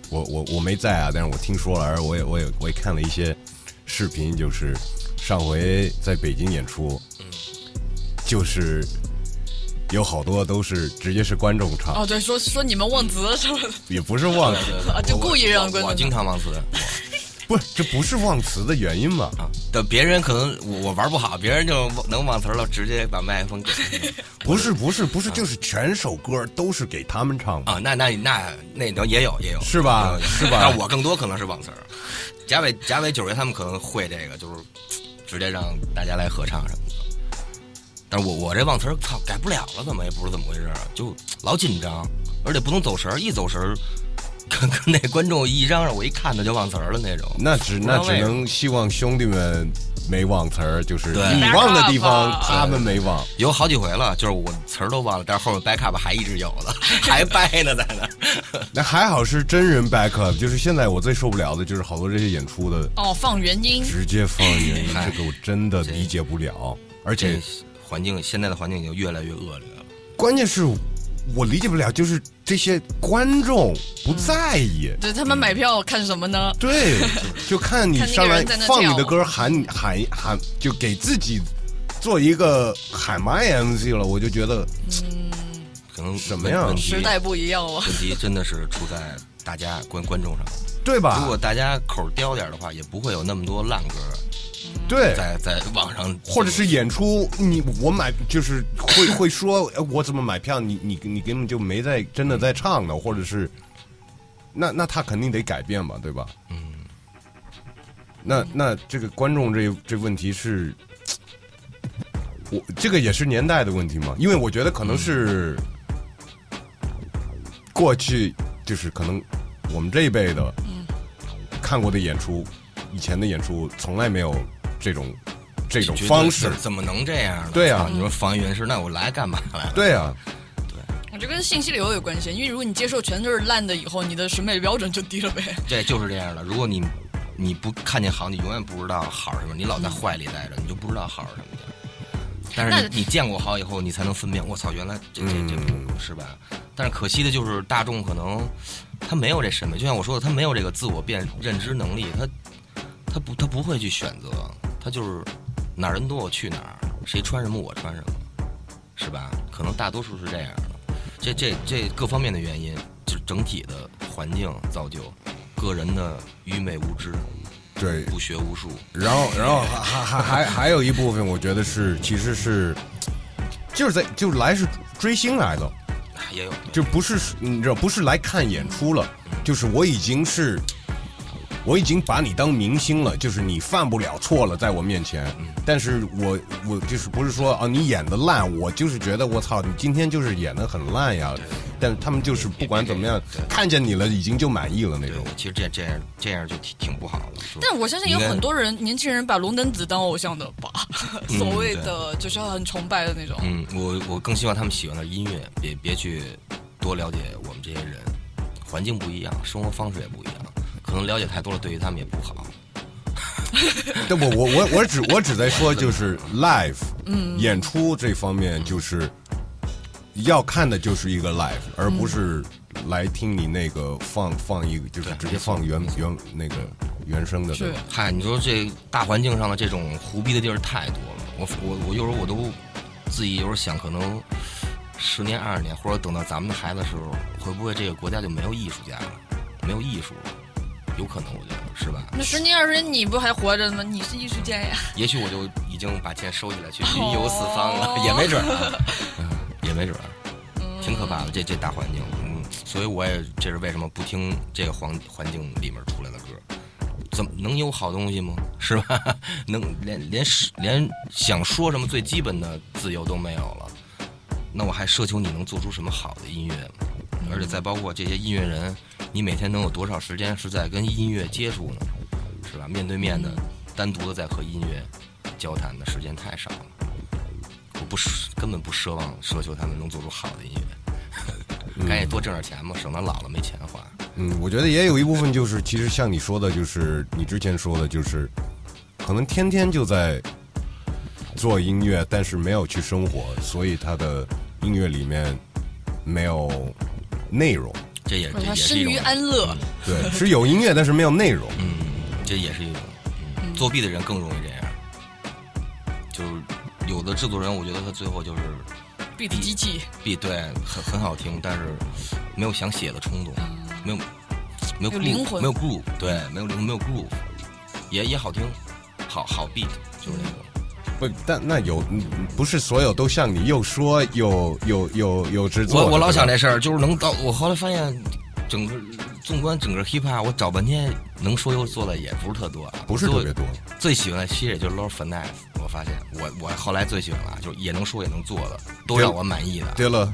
Speaker 2: 我我我没在啊，但是我听说了，而我也我也我也看了一些视频，就是上回在北京演出，就是有好多都是直接是观众唱，
Speaker 3: 哦对，说说你们忘词了是吧？
Speaker 2: 也不是忘词，
Speaker 3: 啊， <laughs> 就故意让
Speaker 4: 我
Speaker 3: 观
Speaker 4: 我
Speaker 3: 众
Speaker 4: 经常忘词
Speaker 2: 不是这不是忘词的原因嘛？
Speaker 4: 啊，但别人可能我我玩不好，别人就忘能忘词了，直接把麦克风给他
Speaker 2: 不是不是不是，就是全首歌都是给他们唱的。
Speaker 4: <laughs> 啊。那那那那能也有也有
Speaker 2: 是吧
Speaker 4: 有有
Speaker 2: 是吧
Speaker 4: 但我更多可能是忘词儿。贾伟贾伟九爷他们可能会这个，就是直接让大家来合唱什么的。但是我我这忘词儿，操，改不了了，怎么也不知道怎么回事儿，啊就老紧张，而且不能走神儿，一走神儿， <laughs> 跟跟那观众一嚷嚷，我一看他就忘词儿了那种。
Speaker 2: 那只
Speaker 4: 不知道
Speaker 2: 那只
Speaker 4: 为什么
Speaker 2: 能希望兄弟们没忘词儿，就是
Speaker 4: 对
Speaker 2: 你忘的地方
Speaker 3: Back up 啊
Speaker 2: 他们没忘。
Speaker 4: 有好几回了，就是我词儿都忘了，但是后面 backup 还一直有的， <laughs> 还掰呢在那儿。
Speaker 2: 那还好是真人 back up，就是现在我最受不了的就是好多这些演出的
Speaker 3: 哦放原因。
Speaker 2: 直接放原因，
Speaker 4: 嗨
Speaker 2: 这个我真的理解不了。而
Speaker 4: 这
Speaker 2: 且
Speaker 4: 环境现在的环境已经越来越恶劣了。
Speaker 2: 关键是我理解不了，就是这些观众不在意。
Speaker 3: 对他们买票看什么呢？
Speaker 4: <laughs>
Speaker 2: 对，就看你
Speaker 3: 看那个
Speaker 2: 上来
Speaker 3: 人在那
Speaker 2: 放你
Speaker 3: 叫
Speaker 2: 的歌，喊喊喊，就给自己做一个喊麦 MC 了，我就觉得
Speaker 4: 可能
Speaker 2: 什么呀
Speaker 4: 问题
Speaker 3: 时代不一样了。
Speaker 4: 问题真的是出在大家观观众上。
Speaker 2: 对吧？
Speaker 4: 如果大家口儿刁点儿的话，也不会有那么多烂歌
Speaker 2: 对，
Speaker 4: 在在网上，
Speaker 2: 或者是演出，你我买就是会 <coughs> 会说，呃我怎么买票？你你你根本就没在真的在唱呢，或者是，那那他肯定得改变嘛，对吧？嗯，那那这个观众这这问题是，我这个也是年代的问题嘛，因为我觉得可能是过去就是可能我们这一辈的看过的演出，以前的演出从来没有这种。这种
Speaker 4: 觉得
Speaker 2: 方式
Speaker 4: 怎，怎么能这样呢？
Speaker 2: 对啊
Speaker 4: 操你说防云是，那我来干嘛来了？
Speaker 2: 对啊，
Speaker 3: 我觉得跟信息流有关系，因为如果你接受全都是烂的，以后你的审美标准就低了呗。
Speaker 4: 对，就是这样的。如果你你不看见好，你永远不知道好是什么，你老在坏里待着，你就不知道好是什么样。但是你你见过好以后，你才能分辨。我操，原来这这这不是吧？但是可惜的就是大众可能他没有这审美，就像我说的，他没有这个自我辨认知能力，他他不他不会去选择，他就是哪儿人多我去哪儿，谁穿什么我穿什么，是吧？可能大多数是这样的，这这这各方面的原因，就是整体的环境造就，个人的愚昧无知，
Speaker 2: 对，
Speaker 4: 不学无术，
Speaker 2: 然后然后还还还还还有一部分，我觉得是其实是就是在就来是追星来的，
Speaker 4: 哎也有
Speaker 2: 就不是你知道不是来看演出了，就是我已经是我已经把你当明星了，就是你犯不了错了，在我面前。但是我我就是不是说啊你演的烂，我就是觉得我操你今天就是演的很烂呀。但是他们就是不管怎么样，看见你了已经就满意了那
Speaker 4: 对
Speaker 2: 种。，
Speaker 4: 其实这这样这样就挺挺不好的。是吧
Speaker 3: 但我相信有很多人，年轻人把龙灯子当偶像的吧， <laughs> 所谓的就是很崇拜的那种。
Speaker 4: 嗯，我我更希望他们喜欢的是音乐，别别去多了解我们这些人，环境不一样，生活方式也不一样，可能了解太多了，对于他们也不好。
Speaker 2: 但我我我我只我只在说就是 live，演出这方面就是要看的就是一个 live，而不是来听你那个放放一个就是直接放原原那个原声的。
Speaker 3: 是
Speaker 4: 嗨，你说这大环境上的这种胡逼的地儿太多了，我我我有时候我都自己有时候想，可能十年二十年，或者等到咱们的孩子的时候，会不会这个国家就没有艺术家了，没有艺术了？有可能，我觉得是吧？
Speaker 3: 那十年二十年你不还活着吗？你是艺术家呀。 <laughs>
Speaker 4: 也许我就已经把剑收起来，去云游四方了， <laughs> 也没准儿啊，也没准儿，啊挺可怕的。这这大环境，嗯，所以我也这是为什么不听这个环环境里面出来的歌，怎么能有好东西吗？是吧？ <laughs> 能连连是连想说什么最基本的自由都没有了，那我还奢求你能做出什么好的音乐吗？而且再包括这些音乐人，你每天能有多少时间是在跟音乐接触呢？是吧？面对面的、单独的在和音乐交谈的时间太少了。我不奢根本不奢望奢求他们能做出好的音乐，赶紧多挣点钱吧，省得老了没钱花。
Speaker 2: 嗯，我觉得也有一部分就是，其实像你说的，就是你之前说的，就是可能天天就在做音乐，但是没有去生活，所以他的音乐里面没有内容。
Speaker 4: 这也这也是
Speaker 3: 生
Speaker 4: 一种
Speaker 3: 于安乐，
Speaker 2: 对，是有音乐，但是没有内容。
Speaker 4: 嗯，这也是一种、嗯作弊的人更容易这样。就是有的制作人，我觉得他最后就是
Speaker 3: 闭的机器，
Speaker 4: B 对很很好听，但是没有想写的冲动，没有没
Speaker 3: 嗯有
Speaker 4: 有 groove，
Speaker 3: 灵魂
Speaker 4: 没有 groove，对，没有灵魂，没有 groove，也也好听，好好 beat 就是那种。
Speaker 2: 不，但那有嗯不是所有都像你又说有有有有制作
Speaker 4: 我我老想
Speaker 2: 这
Speaker 4: 这事儿，就是能到我后来发现，整个纵观整个 hip hop，我找半天能说又做的也不是特多啊，
Speaker 2: 不是特别多。
Speaker 4: 最。最喜欢的其实也就是 Lord Finesse，我发现我我后来最喜欢了，就是也能说也能做的，都让我满意的。
Speaker 2: 对了，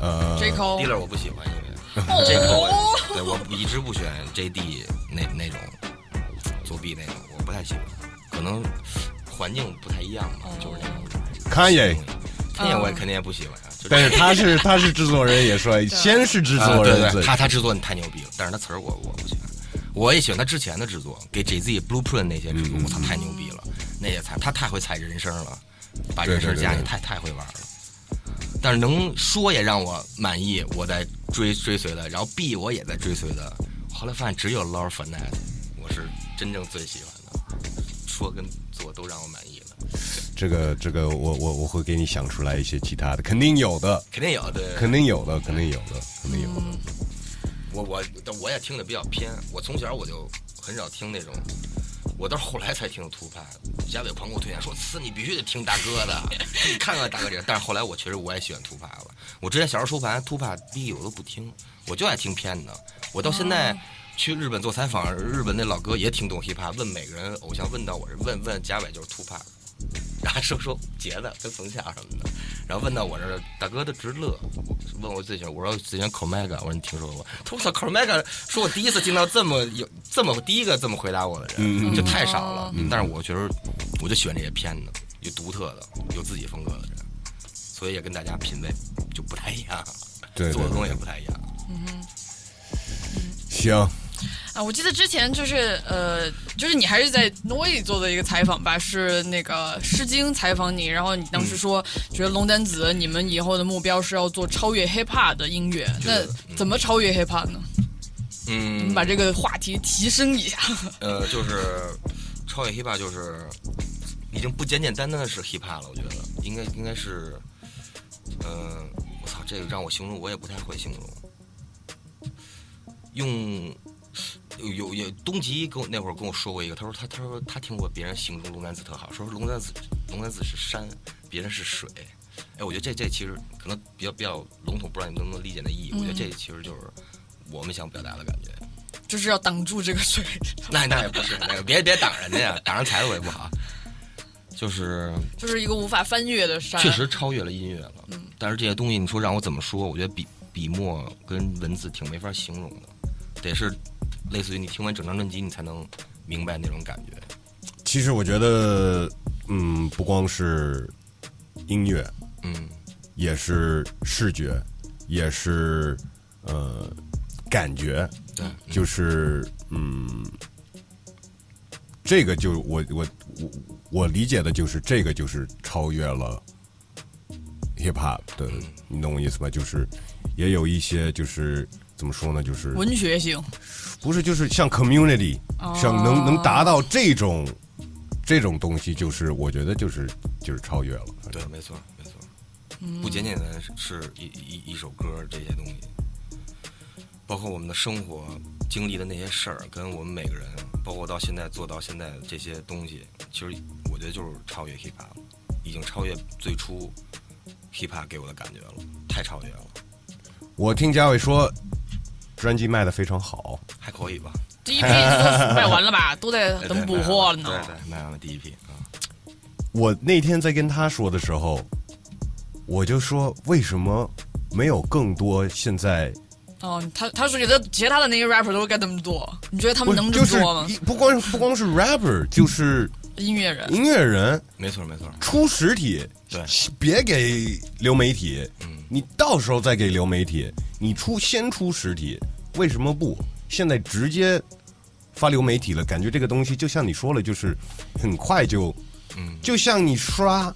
Speaker 2: 呃，
Speaker 3: J
Speaker 4: d e a
Speaker 3: Cole，
Speaker 4: l 我不喜欢，因为。这个
Speaker 3: 哦
Speaker 4: 我，对我一直不选 JD 那那种作弊那种，我不太喜欢，可能环境不太一样吧，就是那种。
Speaker 2: 侃爷，
Speaker 4: 看
Speaker 3: 嗯
Speaker 4: 见我也肯定也不喜欢啊，就
Speaker 2: 但是他是他是制作人，也说先是制
Speaker 4: 啊
Speaker 2: 作
Speaker 4: 对
Speaker 2: 人
Speaker 4: 对
Speaker 2: 自
Speaker 4: 对，
Speaker 2: 己
Speaker 4: 他他制作太牛逼了，但是他词儿我我不喜欢，我也喜欢他之前的制作，给 JZ Blueprint 那些制
Speaker 2: 嗯
Speaker 4: 作，我操太牛逼了，那也才他太会踩人声了，把人声
Speaker 2: 对对对
Speaker 4: 加进
Speaker 2: 对
Speaker 4: 太太会玩了。但是能说也让我满意，我在追追随的，然后 B 我也在追随的。后来发现只有 Lord f i n e s 我是真正最喜欢的，说跟做都让我满意了，
Speaker 2: 这个这个，我我我会给你想出来一些其他的，肯定有的，
Speaker 4: 肯定有对。
Speaker 2: 肯定有的，肯定有的，肯定有的。
Speaker 4: 我我但我也听的比较偏，我从小我就很少听那种，我到后来才听的 Tupac。贾伟狂给我推荐说：“呲，你必须得听大哥的， <laughs> 你看看大哥这个。”但是后来我确实我也喜欢 Tupac 了。我之前小时候收盘 Tupac 第一我都不听，我就爱听偏的。我到现在去日本做采访，日本那老哥也挺懂 hiphop，问每个人偶像，问到我这问问贾伟就是 Tupac。然 <laughs> 后说说杰的跟冯夏什么的，然后问到我这儿，大哥都直乐，问我最喜欢，我说最喜欢 Comega，我说你听说过吗？他说我操 Comega，说我第一次听到这么有这么第一个这么回答我的
Speaker 2: 嗯
Speaker 4: 人，这太少了。但是我觉得我就喜欢这些偏的，有独特的，有自己风格的人，所以也跟大家品味就不太一样，
Speaker 2: 对对
Speaker 4: 做的东西也不太一样。
Speaker 2: 行，
Speaker 3: 啊，我记得之前就是呃，就是你还是在挪威里做的一个采访吧，是那个《诗经》采访你，然后你
Speaker 4: 嗯
Speaker 3: 当时说，觉得龙丹子你们以后的目标是要做超越 hiphop 的音乐，那
Speaker 4: 是的
Speaker 3: 怎么超越 hiphop 呢？我
Speaker 4: 嗯
Speaker 3: 们把这个话题提升一下。
Speaker 4: 呃，就是超越 hiphop，就是已经不简简单单的是 hiphop 了。我觉得应该应该是，呃，我操，这个让我形容我也不太会形容。用有有有东吉跟我那会儿跟我说过一个，他说他他说他听过别人形容龙丹子特好，说龙丹子龙丹子是山，别人是水。哎，我觉得这这其实可能比较比较笼统，不知道你能不能理解那意义。我觉得这其实就是我们想表达的感觉。
Speaker 3: 就是要挡住这个水，
Speaker 4: <laughs> 那那也不是，那个别别挡人家呀，挡人财路也不好。就是
Speaker 3: 就是一个无法翻越的山。
Speaker 4: 确实超越了音乐了，但是这些东西你说让我怎么说？我觉得笔笔墨跟文字挺没法形容的，得是类似于你听完整张专辑，你才能明白那种感觉。
Speaker 2: 其实我觉得，嗯，不光是音乐，
Speaker 4: 嗯，
Speaker 2: 也是视觉，也是呃感觉，
Speaker 4: 对，
Speaker 2: 就是嗯，这个就我我我我理解的就是这个就是超越了 hip hop 的，你懂我意思吧？就是也有一些就是怎么说呢，就是
Speaker 3: 文学性，
Speaker 2: 不是就是像 community，、像能能达到这种这种东西，就是我觉得就是就是超越了，反正
Speaker 4: 对，没错，没错，
Speaker 3: 嗯
Speaker 4: 不仅仅的是是一一一首歌这些东西，包括我们的生活经历的那些事儿，跟我们每个人，包括到现在做到现在这些东西，其实我觉得就是超越 hiphop，了已经超越最初 hiphop 给我的感觉了，太超越了，
Speaker 2: 我听嘉伟说，专辑卖的非常好，
Speaker 4: 还可以吧？
Speaker 3: 第
Speaker 4: <laughs>
Speaker 3: 一批都卖完了吧，都在
Speaker 4: 对
Speaker 3: 等补货了呢。
Speaker 4: 对对，卖完了第一批啊，
Speaker 2: 我那天在跟他说的时候，我就说为什么没有更多现在
Speaker 3: 哦，他他是觉得其他的那些 rapper 都该这么做，你觉得他们能这
Speaker 2: 就
Speaker 3: 么
Speaker 2: 是
Speaker 3: 做吗？
Speaker 2: 一不光是不光是 rapper，就是
Speaker 3: 音乐人，
Speaker 2: 音乐人
Speaker 4: 没错没错，
Speaker 2: 出实体，
Speaker 4: 对，嗯
Speaker 2: 别给流媒体，你到时候再给流媒体，你出先出实体，为什么不？现在直接发流媒体了，感觉这个东西就像你说了，就是很快就，
Speaker 4: 嗯
Speaker 2: 就像你刷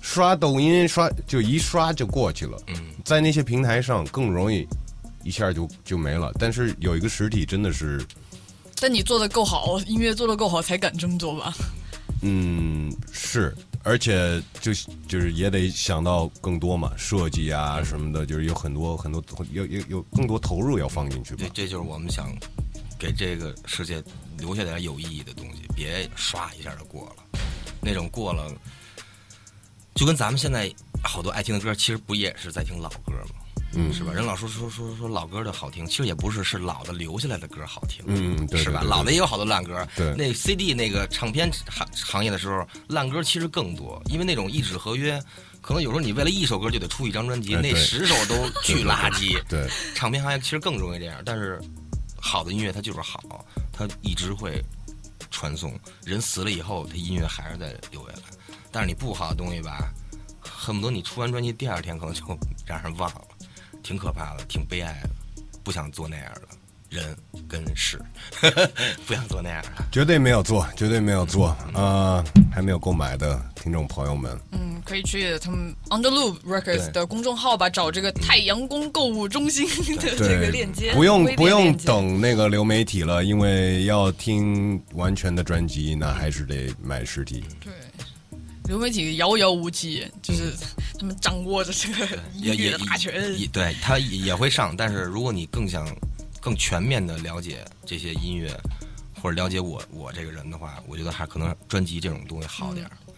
Speaker 2: 刷抖音刷就一刷就过去了，
Speaker 4: 嗯
Speaker 2: 在那些平台上更容易一下就就没了。但是有一个实体真的是，
Speaker 3: 但你做的够好，音乐做的够好才敢这么做吧？
Speaker 2: 嗯，是，而且就是就是也得想到更多嘛，设计啊什么的，就是有很多很多有有有更多投入要放进去吧
Speaker 4: 这。这就是我们想给这个世界留下点有意义的东西，别刷一下就过了，那种过了，就跟咱们现在好多爱听的歌，其实不也是在听老歌吗？
Speaker 2: 嗯
Speaker 4: 是吧？人老说说说说老歌的好听，其实也不是，是老的留下来的歌好听，
Speaker 2: 嗯嗯对
Speaker 4: 是吧？
Speaker 2: 对对
Speaker 4: 老的也有好多烂歌，
Speaker 2: 对
Speaker 4: 那 CD 那个唱片行行业的时候，烂歌其实更多，因为那种一纸合约，可能有时候你为了一首歌就得出一张专辑，
Speaker 2: 哎
Speaker 4: 那
Speaker 2: 对
Speaker 4: 十首都巨垃圾，
Speaker 2: 对，
Speaker 4: 唱片行业其实更容易这样，但是好的音乐它就是好，它一直会传送。人死了以后，它音乐还是在留下来。但是你不好的东西吧，恨不得你出完专辑第二天可能就让人忘了，挺可怕的，挺悲哀的，不想做那样的人跟事， <laughs> 不想做那样的。
Speaker 2: 绝对没有做，绝对没有做。呃，还没有购买的听众朋友们，
Speaker 3: 嗯，可以去他们 Underloop Records
Speaker 4: 对
Speaker 3: 的公众号吧，找这个太阳宫购物中心 <laughs> 的哎这个链接，
Speaker 2: 不用
Speaker 3: 微
Speaker 2: 不
Speaker 3: 店
Speaker 2: 用
Speaker 3: 链接。
Speaker 2: 等那个流媒体了，因为要听完全的专辑，那还是得买实体。
Speaker 3: 对，流媒体遥遥无期，就是他们掌握着这个音乐的大权。
Speaker 4: 也对他也也会上，但是如果你更想更全面的了解这些音乐，或者了解我我这个人的话，我觉得还可能专辑这种东西好点儿。
Speaker 2: 嗯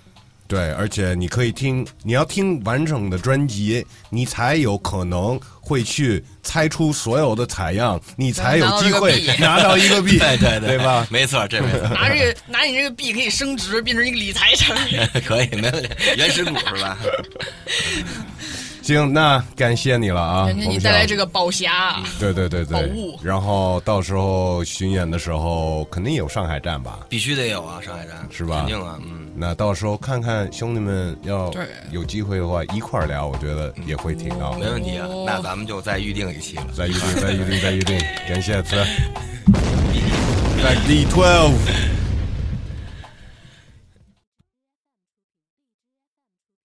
Speaker 2: 对，而且你可以听，你要听完整的专辑，你才有可能会去猜出所有的采样，你才有机会拿到一个币，
Speaker 4: <laughs> 对对
Speaker 2: 对吧？
Speaker 4: 没错，这没错，
Speaker 3: 拿这个拿你这个币可以升值，变成一个理财产品。
Speaker 4: <laughs> 可以没问题。原始股是吧？
Speaker 2: 行，那感谢你了 <laughs> 啊！
Speaker 3: 感谢
Speaker 2: 我
Speaker 3: 你
Speaker 2: 们
Speaker 3: 带来
Speaker 2: 想
Speaker 3: 这个宝匣，啊
Speaker 2: 对对对
Speaker 3: 宝
Speaker 2: 对
Speaker 3: 物，
Speaker 2: 然后到时候巡演的时候肯定有上海站吧？
Speaker 4: 必须得有啊，上海站
Speaker 2: 是吧
Speaker 4: 肯定啊，嗯，
Speaker 2: 那到时候看看兄弟们要
Speaker 3: 对
Speaker 2: 有机会的话一块儿聊，我觉得也会挺高
Speaker 4: 没
Speaker 2: 的。
Speaker 4: 问题啊。那咱们就再预定一期了。
Speaker 2: 再预定，再预定，再预定，感谢词。Back D twelve。